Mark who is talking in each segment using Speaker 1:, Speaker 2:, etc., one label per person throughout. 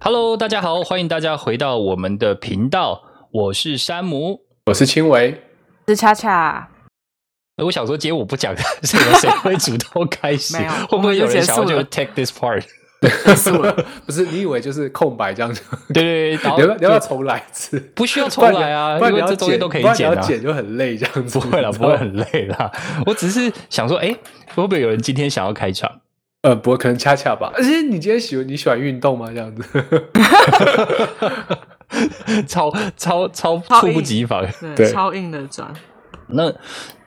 Speaker 1: Hello，大家好，欢迎大家回到我们的频道，我是山姆。
Speaker 2: 我是青维，
Speaker 3: 是恰恰，
Speaker 1: 呃我想说，今天我不讲的 是有谁会主动开始
Speaker 3: 没有？
Speaker 1: 会不会有人想要
Speaker 3: 我们
Speaker 1: 就
Speaker 3: 就结束了
Speaker 1: take this part？
Speaker 3: 是我
Speaker 2: 不是你以为就是空白 这样子？
Speaker 1: 对对对，然
Speaker 2: 你要不
Speaker 1: 后
Speaker 2: 要你要不要
Speaker 1: 就
Speaker 2: 重来一次？
Speaker 1: 不需要重来啊，
Speaker 2: 不然
Speaker 1: 因为
Speaker 2: 你要
Speaker 1: 这中间都可以
Speaker 2: 不然你
Speaker 1: 剪
Speaker 2: 要
Speaker 1: 啊。
Speaker 2: 剪就很累这样子。
Speaker 1: 不会了，
Speaker 2: 你知
Speaker 1: 不
Speaker 2: 道
Speaker 1: 会
Speaker 2: 吗
Speaker 1: 很累啦。我只是想说，哎、会不会有人今天想要开场？
Speaker 2: 呃，不会，可能恰恰吧。而且你今天喜欢你喜欢运动吗？这样子？
Speaker 1: 超超超
Speaker 3: 超
Speaker 1: 猝不
Speaker 3: 硬
Speaker 1: 及防。
Speaker 2: 对
Speaker 3: 对超硬的 转，
Speaker 1: 那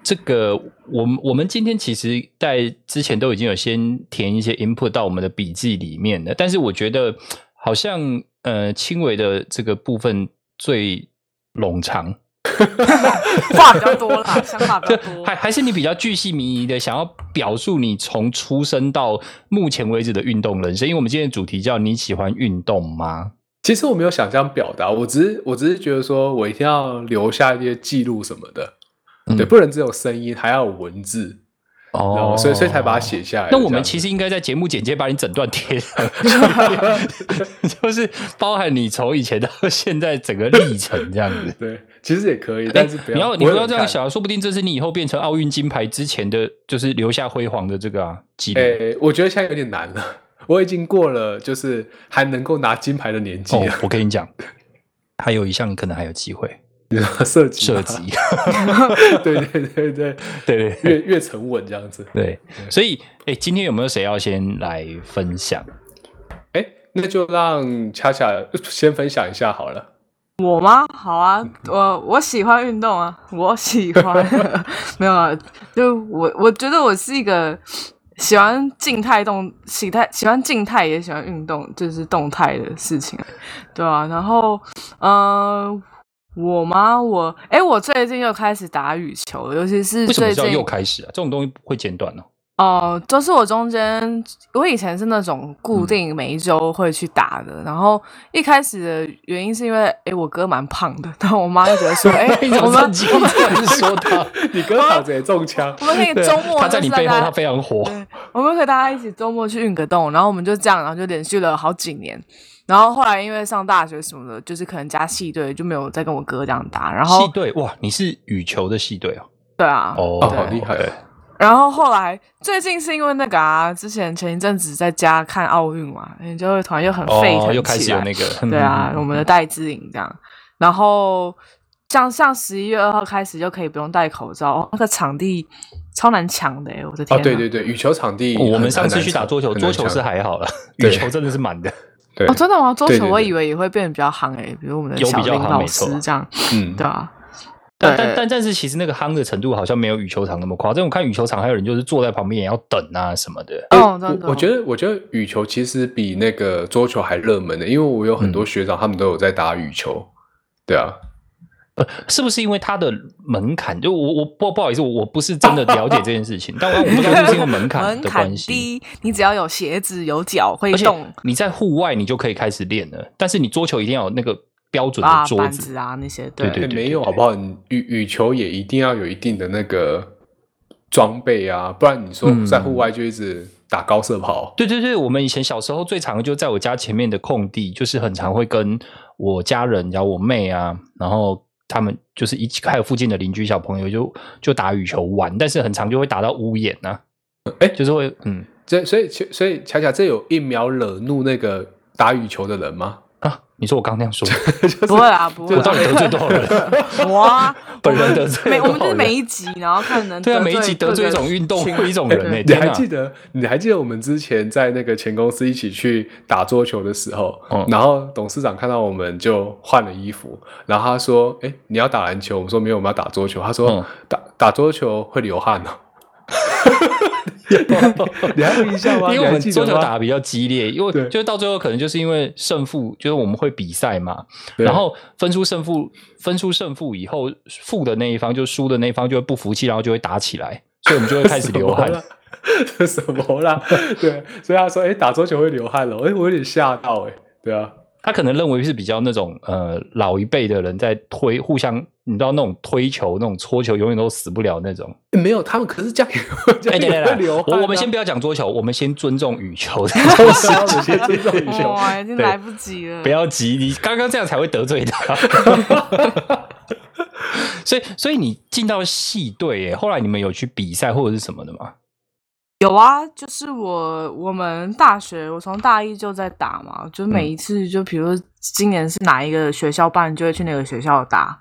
Speaker 1: 这个，我们我们今天其实，在之前都已经有先填一些 input 到我们的笔记里面了，但是我觉得好像呃，轻微的这个部分最冗长，
Speaker 3: 话比较多 啦，想法比
Speaker 1: 这
Speaker 3: 较多
Speaker 1: 还。还是你比较巨细靡遗的想要表述你从出生到目前为止的运动人生，因为我们今天的主题叫你喜欢运动吗？
Speaker 2: 其实我没有想这样表达，我只是我只是觉得说我一定要留下一些记录什么的，
Speaker 1: 嗯
Speaker 2: 对，不能只有声音，还要有文字，然后哦所以所以才把它写下来。
Speaker 1: 哦那我们
Speaker 2: 这
Speaker 1: 其
Speaker 2: 样子
Speaker 1: 实应该在节目简介把你整段 贴上 去，就是包含你从以前到现在整个历程这样子。
Speaker 2: 对，其实也可以， 但是
Speaker 1: 哎你要
Speaker 2: 要
Speaker 1: 你
Speaker 2: 不
Speaker 1: 不要这样
Speaker 2: 看。
Speaker 1: 想，说不定这是你以后变成奥运金牌之前的，就是留下辉煌的这个啊记录。
Speaker 2: 哎，我觉得现在有点难了。我已经过了，就是还能够拿金牌的年纪
Speaker 1: 哦
Speaker 2: 了。，
Speaker 1: 我跟你讲，还有一项可能还有机会，
Speaker 2: 你
Speaker 1: 哦
Speaker 2: 说射击
Speaker 1: 射
Speaker 2: 吗
Speaker 1: 击。
Speaker 2: 对对对对，
Speaker 1: 对对对
Speaker 2: 越越沉稳这样子。
Speaker 1: 对，所以哎，今天有没有谁要先来分享？
Speaker 2: 哎，那就让恰恰先分享一下好了。
Speaker 3: 我吗？好啊，
Speaker 1: 嗯
Speaker 3: 我我喜欢运动啊，我喜欢， 没有啊，就我我觉得我是一个喜欢静态动，喜态喜欢静态也喜欢运动，就是动态的事情，对啊。然后，呃，我吗？我哎，我最近又开始打羽球了，尤其是
Speaker 1: 为什么
Speaker 3: 最
Speaker 1: 是要
Speaker 3: 近
Speaker 1: 又开始啊？这种东西会剪短哦。
Speaker 3: 哦，就是我中间，我以前是那种固
Speaker 1: 嗯
Speaker 3: 定每一周会去打的，然后一开始的原因是因为，诶，我哥蛮胖的，然后我妈就觉得说，诶，
Speaker 2: 哎
Speaker 1: 你怎
Speaker 3: 我
Speaker 1: 么
Speaker 3: 们
Speaker 1: 趁机突然说 他？
Speaker 2: 你哥躺着也中枪，
Speaker 3: 我们可以周末
Speaker 1: 啊他在你
Speaker 3: 就是大
Speaker 1: 背后，
Speaker 3: 家
Speaker 1: 他非常火。
Speaker 3: 对，我们和大家一起周末去运个动，然后我们就这样，然后就连续了好几年。然后后来因为上大学什么的，就是可能加系队就没有再跟我哥这样打。然
Speaker 1: 系
Speaker 3: 后
Speaker 1: 队哇，你是羽球的系队啊？
Speaker 3: 对啊，
Speaker 1: 哦
Speaker 2: 哦，好厉害！
Speaker 3: 然后后来最近是因为那个啊，之前前一阵子在家看奥运嘛，你就会突然又很沸腾起来，
Speaker 1: 哦，又开始有那个， 嗯
Speaker 3: 对啊，我们的戴之颖这样，然后像像十一月二号开始就可以不用戴口罩，哦、那个场地超难抢的、欸，我的
Speaker 2: 哦，
Speaker 3: 天、呐。
Speaker 2: 对对对，羽球场地
Speaker 1: 嗯
Speaker 2: 很，
Speaker 1: 我们上
Speaker 2: 很
Speaker 1: 次
Speaker 2: 难
Speaker 1: 去打
Speaker 2: 抢
Speaker 1: 桌球，
Speaker 2: 很
Speaker 1: 桌
Speaker 2: 难
Speaker 1: 球是
Speaker 2: 抢
Speaker 1: 还好 了，羽
Speaker 2: 对
Speaker 1: 球真的是满的。
Speaker 2: 对
Speaker 3: 哦，真的吗？桌
Speaker 2: 对
Speaker 3: 球
Speaker 2: 对
Speaker 3: 我
Speaker 2: 对
Speaker 3: 以为也会变得比较夯诶、比如我们的
Speaker 1: 有
Speaker 3: 小
Speaker 1: 比较
Speaker 3: 林
Speaker 1: 夯
Speaker 3: 老
Speaker 1: 没错
Speaker 3: 师这样，
Speaker 2: 嗯
Speaker 3: 对啊，
Speaker 1: 但
Speaker 3: 对
Speaker 1: 但但但是其实那个夯的程度好像没有羽球场那么夸张。我看羽球场还有人就是坐在旁边也要等啊什么的。
Speaker 3: 哦，真的，
Speaker 2: 我我觉得，我觉得羽球其实比那个桌球还热门的，因为我有很
Speaker 1: 嗯
Speaker 2: 多学长他们都有在打羽球，对啊，
Speaker 1: 呃，是不是因为它的门槛？就我我不不好意思，我我不是真的了解这件事情，但我我不知道是不是因为门槛
Speaker 3: 门
Speaker 1: 的
Speaker 3: 槛
Speaker 1: 关系。
Speaker 3: 低，你只要有鞋子有脚会
Speaker 1: 而且
Speaker 3: 动
Speaker 1: 你在户外你就可以开始练了，但是你桌球一定要有那个标准
Speaker 3: 啊
Speaker 1: 的、桌
Speaker 3: 板
Speaker 1: 子
Speaker 3: 子啊那些，
Speaker 1: 对对
Speaker 2: 哎没有好不好？你羽羽球也一定要有一定的那个装备啊，不然你说
Speaker 1: 嗯
Speaker 2: 在户外就一直打高射炮，
Speaker 1: 对对对，我们以前小时候最常就在我家前面的空地，就是很常会跟我家人，然后我妹啊，然后他们就是一起，还有附近的邻居小朋友就就打羽球玩，但是很常就会打到屋檐呐、啊，
Speaker 2: 哎
Speaker 1: 就是会嗯
Speaker 2: 这所以所以恰恰这有一秒惹怒那个打羽球的人吗？
Speaker 1: 啊，你说我刚刚那样 说，
Speaker 3: 不会啊，不会
Speaker 1: 我到底
Speaker 3: 啊，
Speaker 1: 得罪多少人？
Speaker 3: 哇，
Speaker 1: 本
Speaker 3: 我
Speaker 1: 人
Speaker 3: 们
Speaker 1: 得罪
Speaker 3: 每我
Speaker 1: 多
Speaker 3: 们就是
Speaker 1: 少
Speaker 3: 每
Speaker 1: 人？
Speaker 3: 一集，然后看能
Speaker 1: 对啊，每一集得
Speaker 3: 各
Speaker 1: 罪一
Speaker 3: 个
Speaker 1: 种运动
Speaker 3: 群
Speaker 1: 或一种 人欸啊呢、
Speaker 2: 你
Speaker 1: 天
Speaker 2: 还
Speaker 1: 哪！
Speaker 2: 记得？你还记得我们之前在那个前公司一起去打桌球的时候，
Speaker 1: 嗯
Speaker 2: 然后董事长看到我们就换了衣服，然后他说：“哎、你要打篮球？”我们说：“没有，我们要打桌球。”他说：“
Speaker 1: 嗯
Speaker 2: 打打桌球会流汗 哦。你”你还有印象 吗？
Speaker 1: 因为我们
Speaker 2: 你还记
Speaker 1: 桌
Speaker 2: 得
Speaker 1: 球
Speaker 2: 吗
Speaker 1: 打的比较激烈，因为
Speaker 2: 对
Speaker 1: 就是到最后可能就是因为胜负，就是我们会比赛嘛，
Speaker 2: 对
Speaker 1: 然后分出胜负，分出胜负以后，负的那一方就输的那一方就会不服气，然后就会打起来，所以我们就会开始流汗
Speaker 2: 什。么啦。哦什么啦？对，所以他说：“哎、打桌球会流汗了。哎，我有点吓到哎、对啊，
Speaker 1: 他可能认为是比较那种呃老一辈的人在推互相，你知道那种推球、那种搓球，永远都死不了那种。
Speaker 2: 欸没有，他们可是这样也 会，这
Speaker 1: 哎，
Speaker 2: 样
Speaker 1: 对
Speaker 2: 也
Speaker 1: 对
Speaker 2: 会
Speaker 1: 对，
Speaker 2: 流汗啊啊
Speaker 1: 我我们先不要讲桌球，我们先尊重羽球
Speaker 2: 我 知道有些尊重羽球，
Speaker 3: 哇，已 经
Speaker 1: 对
Speaker 3: 来不及了。
Speaker 1: 不要急，你刚刚这样才会得罪他。 所以，所以你进到戏队耶，后来你们有去比赛或者是什么的吗？
Speaker 3: 有啊，就是我我们大学，我从大一就在打嘛，就每一次就比如说今年是哪一个学校办，就会去那个学校打。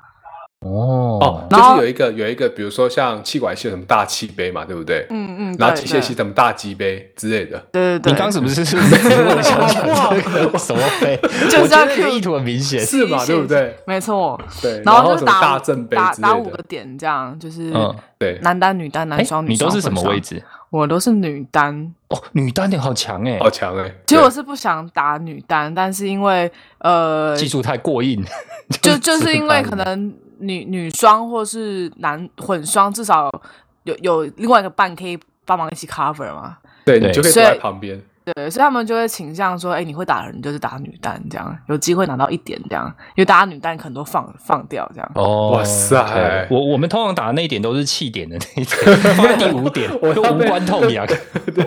Speaker 1: 哦
Speaker 2: 哦，
Speaker 3: 然
Speaker 2: 就
Speaker 3: 后
Speaker 2: 是有一个有一个，比如说像气管系有什么大气杯嘛，对不对？
Speaker 3: 嗯嗯，
Speaker 2: 然后
Speaker 3: 对
Speaker 2: 机械系，什么大机杯之类的。
Speaker 3: 对对对
Speaker 1: 你
Speaker 3: 对，
Speaker 1: 刚是不是是我想起来这个什么 杯？
Speaker 3: 就是
Speaker 1: 我觉得
Speaker 3: 要
Speaker 1: 这个
Speaker 3: cue
Speaker 1: 意图很明显。
Speaker 2: 是嘛对不对？
Speaker 3: 没错，
Speaker 2: 对，
Speaker 3: 然后
Speaker 2: 后什
Speaker 3: 就是
Speaker 2: 么
Speaker 3: 打
Speaker 2: 大正杯
Speaker 3: 打
Speaker 2: 之
Speaker 3: 打五
Speaker 2: 类
Speaker 3: 个
Speaker 2: 的。
Speaker 3: 点这样，就是
Speaker 1: 嗯，
Speaker 2: 对，
Speaker 3: 男单、女单、
Speaker 2: 啊
Speaker 1: 哎
Speaker 3: 男双、，女
Speaker 1: 你
Speaker 3: 双。
Speaker 1: 都是什么
Speaker 3: 混
Speaker 1: 位
Speaker 3: 双？
Speaker 1: 置？
Speaker 3: 我都是女单，
Speaker 1: 哦，女单的好强哎，
Speaker 2: 好强哎！
Speaker 3: 其实我
Speaker 2: 对
Speaker 3: 是不想打女单，但是因为呃，
Speaker 1: 技术太过硬，
Speaker 3: 就就是因为
Speaker 1: 只
Speaker 3: 可
Speaker 1: 能打
Speaker 3: 能女女双或是男混双，至少有有另外一个伴可以帮忙一起 cover 嘛。
Speaker 2: 对
Speaker 1: 对
Speaker 2: 你就可以
Speaker 3: 所
Speaker 2: 坐
Speaker 3: 以
Speaker 2: 在旁边。
Speaker 3: 对，所以他们就会倾向说，哎、你会打人，你就是打女单这样，有机会拿到一点这样，因为打女单可能都放放掉这样。
Speaker 1: 哦，
Speaker 2: 哇塞
Speaker 1: 对我我们通常打的那一点都是气点的那一 点，放在第五点
Speaker 2: 我
Speaker 1: 都
Speaker 2: 要
Speaker 1: 无
Speaker 2: 被
Speaker 1: 关痛痒，
Speaker 2: 对，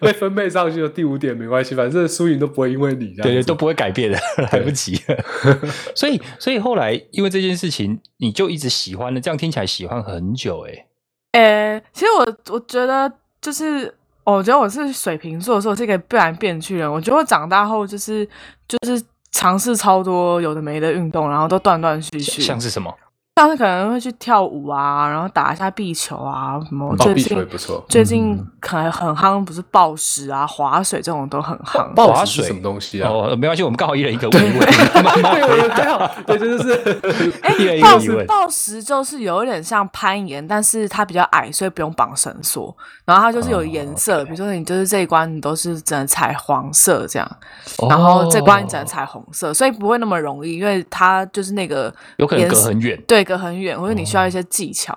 Speaker 2: 被分配上去的第五点没关系，反正输赢都不会因为你这样子。
Speaker 1: 对对，都不会改变的，来不及 了。所以所以后来因为这件事情，你就一直喜欢了，这样听起来喜欢很久哎、
Speaker 3: 诶、其实我我觉得就是，哦我觉得我是水瓶座的时候，我是一个变来变去的人。我觉得我长大后就是就是尝试超多有的没的运动，然后都断断续续，
Speaker 1: 像是什么？
Speaker 3: 像是可能会去跳舞啊，然后打一下壁球啊什么。我
Speaker 2: 哦，
Speaker 3: 最
Speaker 2: 壁球也
Speaker 3: 近
Speaker 2: 不错。嗯
Speaker 3: 最近可能很夯，不是暴食啊、划水这种都很 夯。
Speaker 2: 报
Speaker 1: 划
Speaker 2: 纸是
Speaker 1: 水
Speaker 2: 什么东西啊？
Speaker 1: 哦，没关系，我们刚好一人一个问一问，慢慢
Speaker 2: 对，啊
Speaker 1: 回
Speaker 2: 我
Speaker 1: 答
Speaker 2: 还好，对，这就是
Speaker 1: 一人一
Speaker 3: 暴
Speaker 1: 个疑
Speaker 3: 食
Speaker 1: 问。
Speaker 3: 暴食就是有一点像攀岩，但是它比较矮，所以不用绑绳索。然后它就是有颜色，
Speaker 2: 哦
Speaker 3: 比如说你就是这一关你都是只能踩黄色这样，
Speaker 1: 哦
Speaker 3: 然后这关你只能踩红
Speaker 2: 哦
Speaker 3: 色，所以不会那么容易，因为它就是那个
Speaker 1: 有可能
Speaker 3: 颜
Speaker 1: 隔
Speaker 3: 色
Speaker 1: 很远，
Speaker 3: 对，隔很远，或者你需要
Speaker 1: 哦
Speaker 3: 一些技巧。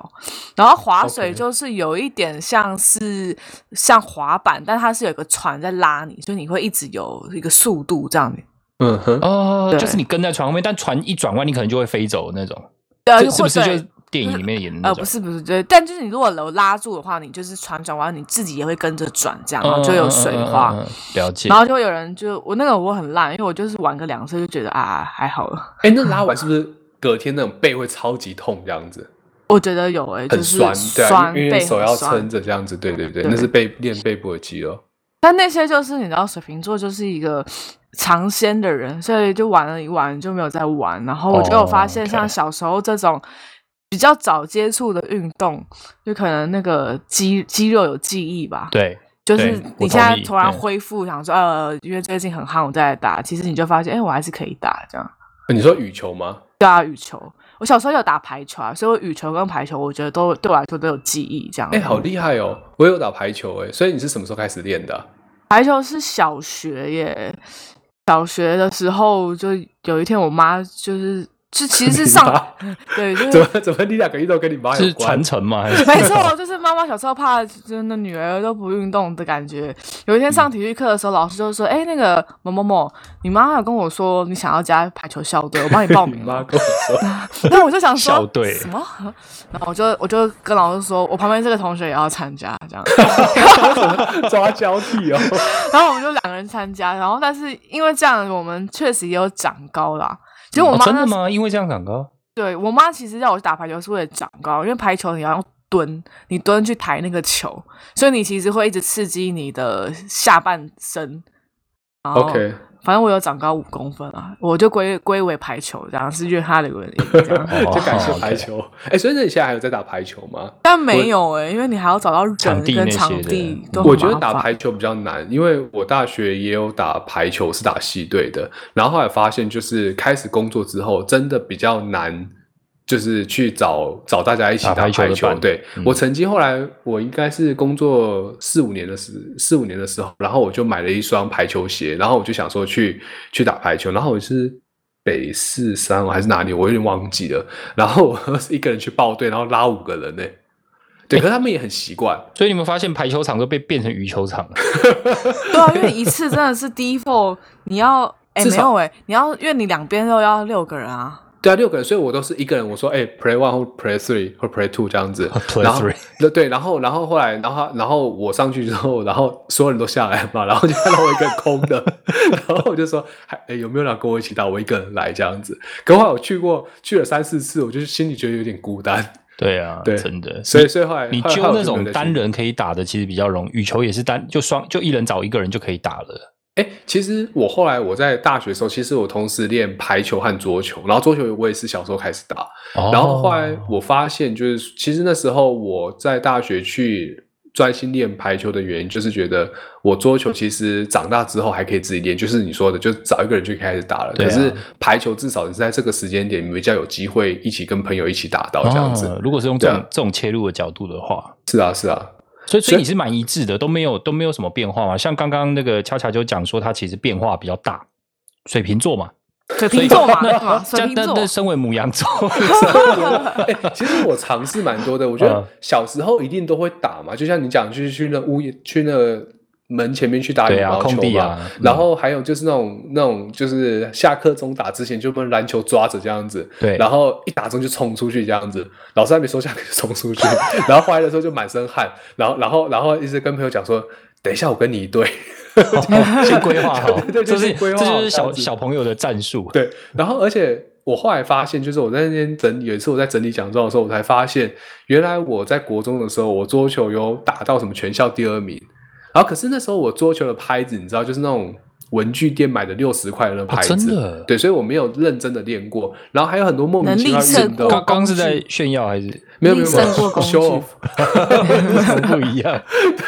Speaker 3: 然后划水
Speaker 2: OK
Speaker 3: 就是有一点像是像滑板，但它是有一个船在拉你，所以你会一直有一个速度这样子。
Speaker 2: 嗯哼，
Speaker 1: 哦，
Speaker 3: 对
Speaker 1: 就是你跟在船后面，但船一转弯，你可能就会飞走的那种，
Speaker 3: 呃，
Speaker 1: 这是
Speaker 3: 或
Speaker 1: 不是
Speaker 3: 对
Speaker 1: 就电影里面演的那
Speaker 3: 呃，
Speaker 1: 种？
Speaker 3: 不是不是，对，但就是你如果有拉住的话，你就是船转弯，你自己也会跟着转，这啊样然后就有水花，
Speaker 1: 嗯嗯嗯嗯嗯嗯了解
Speaker 3: 然。后就会有人就我那个我很烂，因为我就是玩个两次就觉得啊还好了，
Speaker 2: 哎，那拉完是不是隔天那种背会超级痛这样子？
Speaker 3: 我觉得有哎、就
Speaker 2: 很
Speaker 3: 是
Speaker 2: 酸，对啊，因为因为
Speaker 3: 背
Speaker 2: 手
Speaker 3: 很
Speaker 2: 要
Speaker 3: 酸
Speaker 2: 撑着这样子，对对对，
Speaker 3: 对
Speaker 2: 那是背练背部的肌肉。哦
Speaker 3: 但那些就是你知道，水瓶座就是一个尝鲜的人，所以就玩了一玩就没有再玩。然后我就有发
Speaker 1: 哦
Speaker 3: 现，
Speaker 1: ，OK
Speaker 3: 像小时候这种比较早接触的运动，就可能那个肌肌肉有记忆吧。，
Speaker 1: 对，
Speaker 3: 就是
Speaker 1: 对我
Speaker 3: 你现在
Speaker 1: 同意
Speaker 3: 突然
Speaker 1: 对
Speaker 3: 恢复，想说呃，因为最近很夯，我再来打。其实你就发现，哎、我还是可以打这样。
Speaker 2: 你说羽球吗？
Speaker 3: 对啊，羽球。我小时候有打排球啊，所以我羽球跟排球，我觉得都对我来说都有记忆这样。
Speaker 2: 哎、好厉害哦！我有打排球哎，所以你是什么时候开始练的啊、
Speaker 3: 排球是小学耶，小学的时候就有一天，我妈就是就其实 是
Speaker 2: 你
Speaker 3: 上
Speaker 2: 妈
Speaker 3: 对，就
Speaker 2: 怎
Speaker 3: 是
Speaker 2: 么怎么你两个运动跟你妈有
Speaker 1: 是
Speaker 2: 关
Speaker 1: 传？承吗？还是 哦
Speaker 3: 没错，就是妈妈小时候怕真的女儿都不运动的感觉。有一天
Speaker 2: 嗯
Speaker 3: 上体育课的时候，老师就说：“哎、那个某某某，你妈有跟我说你想要加排球校队，我帮你 报
Speaker 2: 你
Speaker 3: 名
Speaker 2: 妈
Speaker 3: 了。
Speaker 2: 跟我 说，”
Speaker 3: 然后我就想说
Speaker 1: 校队
Speaker 3: 什么，然后我就我就跟老师说，我旁边这个同学也要参加 这样。
Speaker 2: 抓交替哦。
Speaker 3: 然后我们就两个人参加，然后但是因为这样，我们确实也有长高啦。其实我
Speaker 1: 哦
Speaker 3: 妈
Speaker 1: 真
Speaker 3: 那
Speaker 1: 的
Speaker 3: 时、
Speaker 1: 吗？因为这样长高，。
Speaker 3: 对我妈其实要我去打排球是为了长高，因为排球你要用蹲，你蹲去抬那个球，所以你其实会一直刺激你的下半身。然后
Speaker 2: OK，
Speaker 3: 反正我有长高五公分啊，我就归归为排球，这样是因为他的原因这样
Speaker 1: 哦
Speaker 2: 啊就感谢
Speaker 1: 哦
Speaker 2: 排球。哎、所以那你现在还有在打排球吗？
Speaker 3: 但没有哎、因为你还要找到人
Speaker 1: 场地
Speaker 3: 跟
Speaker 1: 那些
Speaker 3: 场
Speaker 1: 的
Speaker 3: 地
Speaker 1: 嗯，
Speaker 3: 都很
Speaker 2: 我觉得
Speaker 3: 麻
Speaker 2: 打
Speaker 3: 烦
Speaker 2: 排球比较难，因为我大学也有打排球，是打系队的。然后后来发现，就是开始工作之后，真的比较难，就是去找找大家一起
Speaker 1: 打
Speaker 2: 打
Speaker 1: 排球的
Speaker 2: 排球。
Speaker 1: 伴
Speaker 2: 对、
Speaker 1: 嗯
Speaker 2: 我曾经后来，我应该是工作四五年的时四五年的时候，然后我就买了一双排球鞋，然后我就想说去去打排球，然后我是。北四三哦还是哪里，我有点忘记了。然后 我是一个人去报队，然后拉五个人呢、对，可是他们也很习惯，
Speaker 1: 所以你们发现排球场都被变成羽球场了。
Speaker 3: 对啊，因为一次真的是 d e f a u l 你要哎、
Speaker 2: 至
Speaker 3: 没
Speaker 2: 少
Speaker 3: 有哎、你要因为你两边都要六个人啊。
Speaker 2: 对啊，六个人，所以我都是一个人。我说，哎、p l a y one 或 play three 或 play two 这样子
Speaker 1: Play
Speaker 2: 然后
Speaker 1: three
Speaker 2: 对对，然后然后后来，然后然后我上去之后，然后所有人都下来嘛，然后就看到我一个空的， 然后我就说，还、哎有没有人要跟我一起打？我一个人来这样子。可后来我去过去了三四次，我就是心里觉得有点孤单，
Speaker 1: 对啊，
Speaker 2: 对
Speaker 1: 真的。
Speaker 2: 所以所以后来
Speaker 1: 你
Speaker 2: 后来
Speaker 1: 揪
Speaker 2: 后来我
Speaker 1: 那
Speaker 2: 就没有
Speaker 1: 种
Speaker 2: 再去
Speaker 1: 单人可以打的，其实比较容易。羽球也是单，就双就一人找一个人就可以打了。
Speaker 2: 哎，其实我后来我在大学的时候，其实我同时练排球和桌球，然后桌球我也是小时候开始打，
Speaker 1: 哦
Speaker 2: 然后后来我发现就是，其实那时候我在大学去专心练排球的原因，就是觉得我桌球其实长大之后还可以自己练，就是你说的，就找一个人就开始打了。
Speaker 1: 对啊
Speaker 2: 可是排球至少你在这个时间点，你比较有机会一起跟朋友一起打到这样子。
Speaker 1: 哦如果是用这种、
Speaker 2: 对啊
Speaker 1: 这种切入的角度的话，
Speaker 2: 是啊，是啊，
Speaker 1: 所以所
Speaker 2: 所
Speaker 1: 以
Speaker 2: 以
Speaker 1: 你是蛮一致的，都没有都没有什么变化嘛。像刚刚那个恰恰就讲说，他其实变化比较大，水瓶座嘛，
Speaker 3: 水瓶座嘛，
Speaker 1: 所以
Speaker 3: 对吧？水
Speaker 1: 像
Speaker 3: 瓶
Speaker 1: 那
Speaker 3: 座
Speaker 1: 那身为母羊 座，
Speaker 2: 哎、其实我尝试蛮多的。我觉
Speaker 1: 嗯
Speaker 2: 得小时候一定都会打嘛，就像你讲，就是去那屋去那个门前面去打羽
Speaker 1: 对啊
Speaker 2: 毛球
Speaker 1: 空地
Speaker 2: 嘛。
Speaker 1: 啊嗯
Speaker 2: 然后还有就是那种那种，就是下课钟打之前就把篮球抓着这样子，
Speaker 1: 对
Speaker 2: 然后一打钟就冲出去这样子，老师还没说下课就冲出去，然后回来的时候就满身汗，然后然后然后一直跟朋友讲说，等一下我跟你一队。
Speaker 1: 先规划好，
Speaker 2: 对对
Speaker 1: 这是
Speaker 2: 先规
Speaker 1: 这
Speaker 2: 划好
Speaker 1: 就是
Speaker 2: 这
Speaker 1: 小
Speaker 2: 样子
Speaker 1: 小朋友的战术。
Speaker 2: 对，然后而且我后来发现，就是我在那边整理，有一次我在整理奖状的时候，我才发现，原来我在国中的时候，我桌球有打到什么全校第二名。然后可是那时候我桌球的拍子，你知道，就是那种文具店买的六十块的那拍子、
Speaker 1: 啊哦真的
Speaker 2: 对，所以我没有认真的练过。然后还有很多莫名
Speaker 3: 能
Speaker 2: 其妙
Speaker 3: 力胜
Speaker 2: 运动，
Speaker 1: 刚刚是在炫耀 还是
Speaker 2: 没有没有没有
Speaker 3: 力胜过工
Speaker 2: show
Speaker 3: 具
Speaker 2: off
Speaker 1: 不一样？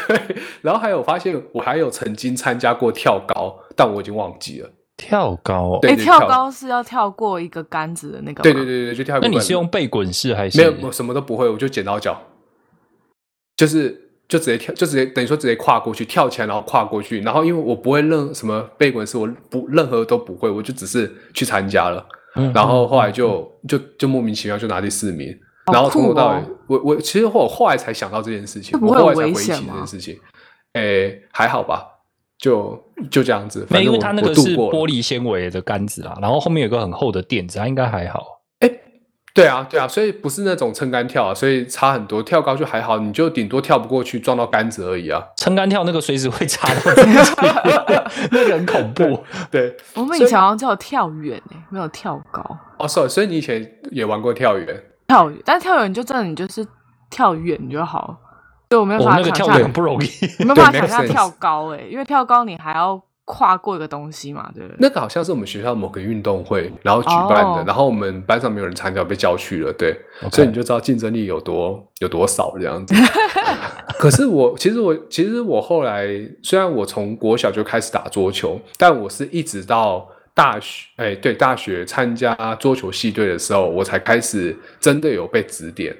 Speaker 2: 对，然后还有发现我还有曾经参加过跳高，但我已经忘记了。
Speaker 1: 跳高哦，
Speaker 2: 对
Speaker 3: 哎、
Speaker 2: 对
Speaker 3: 跳
Speaker 2: 跳
Speaker 3: 高是要跳过一个杆子的那个吗。
Speaker 2: 对对对对，就跳一
Speaker 1: 那
Speaker 2: 个
Speaker 1: 你
Speaker 2: 半
Speaker 1: 是用背滚式还是
Speaker 2: 没有，我什么都不会，我就剪刀脚，就是就直接跳，就直接等于说直接跨过去，跳起来然后跨过去，然后因为我不会任什么背滚式，我不任何都不会，我就只是去参加了，
Speaker 1: 嗯
Speaker 2: 然后后来就就就莫名其妙就拿第四名，
Speaker 3: 好
Speaker 2: 然后从
Speaker 3: 酷
Speaker 2: 头到尾
Speaker 3: 哦，
Speaker 2: 我我其实后我后来才想到这件事情
Speaker 3: 这，不
Speaker 2: 我
Speaker 3: 会
Speaker 2: 后来
Speaker 3: 有
Speaker 2: 才
Speaker 3: 危
Speaker 2: 回忆起
Speaker 3: 险
Speaker 2: 这
Speaker 3: 吗
Speaker 2: 件事情，诶，还好吧，就就这样子，
Speaker 1: 没
Speaker 2: 反
Speaker 1: 有，因
Speaker 2: 正我
Speaker 1: 为它那
Speaker 2: 我
Speaker 1: 个
Speaker 2: 度
Speaker 1: 是
Speaker 2: 过了
Speaker 1: 玻璃纤维的杆子啦，然后后面有个很厚的垫子，它应该还好。
Speaker 2: 对啊，对啊，所以不是那种撑杆跳啊，所以差很多。跳高就还好，你就顶多跳不过去，撞到杆子而已啊。
Speaker 1: 撑杆跳那个随时会插到自己，那个很恐怖。
Speaker 2: 对，
Speaker 3: 我们以前好像叫跳远诶、没有跳高，
Speaker 2: 哦，所以所以你以前也玩过跳远，
Speaker 3: 跳远，但跳远就真的你就是跳远就好了，就我没有
Speaker 1: 我
Speaker 3: 办
Speaker 1: 哦那
Speaker 3: 法
Speaker 1: 个
Speaker 3: 想
Speaker 1: 跳
Speaker 3: 象，
Speaker 1: 远很不容易。
Speaker 3: 我没有办法
Speaker 2: 对
Speaker 3: 想
Speaker 2: ，make
Speaker 3: 象
Speaker 2: sense
Speaker 3: 跳高诶、因为跳高你还要跨过一个东西嘛，对不对？
Speaker 2: 那个好像是我们学校某个运动会然后举办的
Speaker 3: 哦
Speaker 2: 然后我们班上没有人参加，被叫去了。对
Speaker 1: OK
Speaker 2: 所以你就知道竞争力有多有多少这样子。 可是我其实我其实我后来虽然我从国小就开始打桌球，但我是一直到大学，哎，对，大学参加桌球系队的时候，我才开始真的有被指点。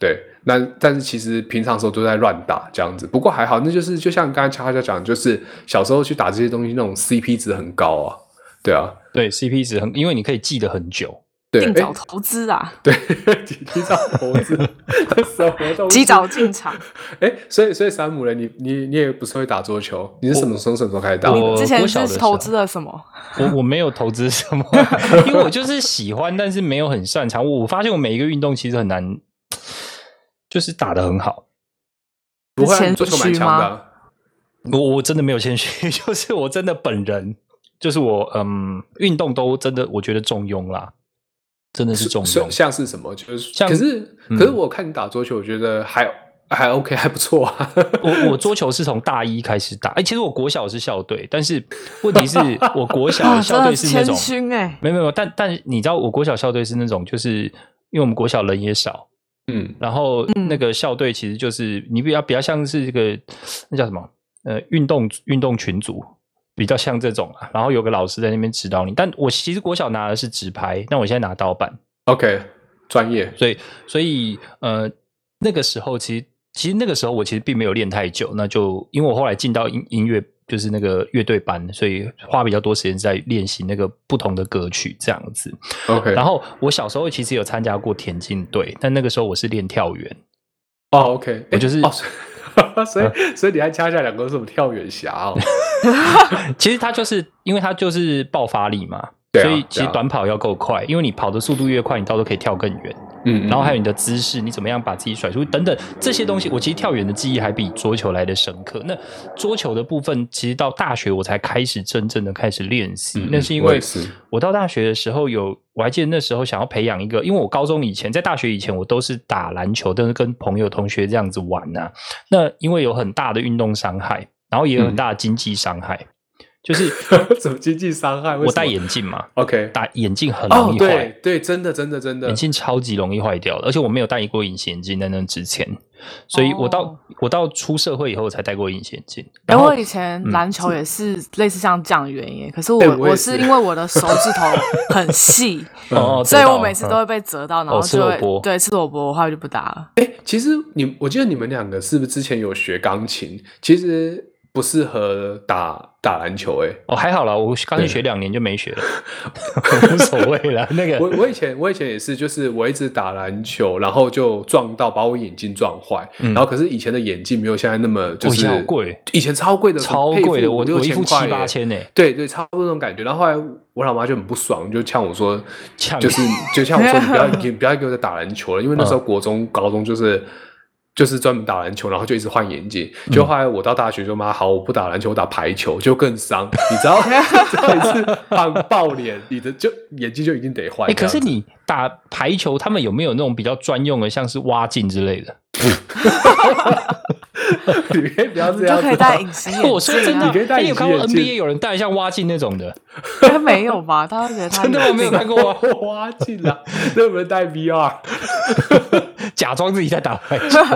Speaker 2: 对，那但是其实平常时候都在乱打这样子，不过还好，那就是就像刚才恰恰讲，就是小时候去打这些东西，那种 CP 值很高啊，对啊，
Speaker 1: 对，CP 值很，因为你可以记得很久。
Speaker 2: 对，
Speaker 3: 尽
Speaker 2: 哎
Speaker 3: 早，投资啊，
Speaker 2: 对， 及及早投资，什么东西？啊
Speaker 3: 及早进场。
Speaker 2: 哎，所以所以山姆人，你你你也不是会打桌球，你是什么从什么时候开始打？
Speaker 1: 我
Speaker 3: 之前
Speaker 1: 国小的时
Speaker 3: 是
Speaker 1: 候
Speaker 3: 投资了什么？
Speaker 1: 我我没有投资什么， 因为我就是喜欢，但是没有很擅长。我我发现我每一个运动其实很难，就是打得很好。
Speaker 2: 不会啊，
Speaker 3: 谦
Speaker 2: 你桌球蛮
Speaker 3: 虚
Speaker 2: 强
Speaker 3: 吗
Speaker 2: 的啊。
Speaker 1: 我我真的没有谦虚， 就是我真的本人，就是我嗯，运动都真的我觉得中庸啦，真的是中
Speaker 2: 所以
Speaker 1: 庸。
Speaker 2: 像是什么？就是
Speaker 1: 像
Speaker 2: 可是
Speaker 1: 嗯
Speaker 2: 可是我看你打桌球，我觉得还还 OK，还不错啊。
Speaker 1: 我 我桌球是从大一开始打，哎、其实我国小是校队，但是问 题是我国小
Speaker 3: 啊，
Speaker 1: 的
Speaker 3: 真
Speaker 1: 校
Speaker 3: 的
Speaker 1: 队是那
Speaker 3: 谦
Speaker 1: 种，
Speaker 3: 虚哎，
Speaker 1: 没有没有，但但你知道我国小校队是那种，就是因为我们国小人也少，
Speaker 2: 嗯，
Speaker 1: 然后
Speaker 3: 嗯
Speaker 1: 那个校队其实就是你比较比较像是这个那叫什么呃运动运动群组，比较像这种啊。然后有个老师在那边指导你，但我其实国小拿的是直拍，但我现在拿刀板，
Speaker 2: OK，专业。
Speaker 1: 所以所以呃那个时候其实其实那个时候我其实并没有练太久，那就因为我后来进到音音乐就是那个乐队班，所以花比较多时间在练习那个不同的歌曲这样子。
Speaker 2: OK，
Speaker 1: 然后我小时候其实有参加过田径队，但那个时候我是练跳远。
Speaker 2: 哦，OK，
Speaker 1: 我就是嗯
Speaker 2: 哦，所所以所以你还加下两个什么跳远侠 哦？
Speaker 1: 其实它就是因为它就是爆发力嘛，
Speaker 2: 对啊
Speaker 1: 所以其
Speaker 2: 对
Speaker 1: 实
Speaker 2: 啊
Speaker 1: 短跑要够快，因为你跑的速度越快，你到时候可以跳更远。
Speaker 2: 嗯，
Speaker 1: 然后还有你的姿势，你怎么样把自己甩出等等这些东西，我其实跳远的记忆还比桌球来的深刻。那桌球的部分，其实到大学我才开始真正的开始练习，
Speaker 2: 嗯
Speaker 1: 那是因
Speaker 2: 我
Speaker 1: 为
Speaker 2: 也是
Speaker 1: 我到大学的时候有，我还记得那时候想要培养一个，因为我高中以前在大学以前我都是打篮球，但是跟朋友同学这样子玩啊。那因为有很大的运动伤害，然后也
Speaker 2: 嗯
Speaker 1: 有很大的经济伤害，就是
Speaker 2: 怎么经济伤害？为什么
Speaker 1: 我戴眼镜嘛，
Speaker 2: OK
Speaker 1: 打眼镜很
Speaker 2: 哦
Speaker 1: 容，易坏。
Speaker 2: 对对，真的真的真的
Speaker 1: 眼，镜超级容易坏掉的，而且我没有戴过隐形眼镜在那之前，所以我到、
Speaker 3: 哦
Speaker 1: 我到出社会以后我才戴过隐形眼镜。
Speaker 3: 哎、
Speaker 1: 然后嗯
Speaker 3: 我以前篮球也是类似像这样的原因，可是我、
Speaker 2: 哎我也
Speaker 3: 我
Speaker 2: 是
Speaker 3: 是因为我的手指头很 细，
Speaker 1: 哦，
Speaker 3: 所以
Speaker 1: 知道
Speaker 3: 我每次都会
Speaker 1: 嗯
Speaker 3: 被折到，然
Speaker 1: 哦
Speaker 3: 后
Speaker 1: 吃
Speaker 3: 就
Speaker 1: 萝
Speaker 3: 会、
Speaker 1: 卜
Speaker 3: 对吃萝卜，后来就不打了。
Speaker 2: 哎其实你，我记得你们两个是不是之前有学钢琴？其实不适合打打篮球、欸，
Speaker 1: 哦还好啦，我刚去学两年就没学了， 无所谓啦。那
Speaker 2: 我
Speaker 1: 个
Speaker 2: 我以前我以前也是，就是我一直打篮球，然后就撞到把我眼镜撞坏，然后可是以前的眼镜没有现在那么就
Speaker 1: 嗯哦以
Speaker 2: 是
Speaker 1: 前好贵，
Speaker 2: 以前超贵的，
Speaker 1: 超贵的，
Speaker 2: 我
Speaker 1: 我我一副七八。
Speaker 2: 六块欸
Speaker 1: 千呢、
Speaker 2: 对对，差不多那种感觉。然后后来我老妈就很不爽，就呛我说，
Speaker 1: 呛
Speaker 2: 就是就像我说，你不要你不要给我再打篮球了，因为那时候国中、高中就是就是专门打篮球，然后就一直换眼镜。就后来我到大学就妈好，我不打篮球，我打排球，就更伤。你知道， 这一次棒爆脸，你的就眼睛就一定得换
Speaker 1: 哎、
Speaker 2: 这
Speaker 1: 可
Speaker 2: 样子。
Speaker 1: 是你打排球，他们有没有那种比较专用的，像是蛙镜之类的？
Speaker 2: 你可以不要这
Speaker 3: 你
Speaker 2: 样
Speaker 3: 就
Speaker 2: 子，
Speaker 3: 可以戴隐形眼镜、啊。
Speaker 1: 我说真的，
Speaker 2: 你可以戴
Speaker 1: 哎你有看过
Speaker 2: 隐形眼
Speaker 1: NBA 有人戴像蛙镜那种的？
Speaker 3: 应该没有吧？他会觉得他
Speaker 1: 真 的我没有看过啊，
Speaker 2: 花进来，那不能戴 VR？
Speaker 1: 假装自己在打排 球，啊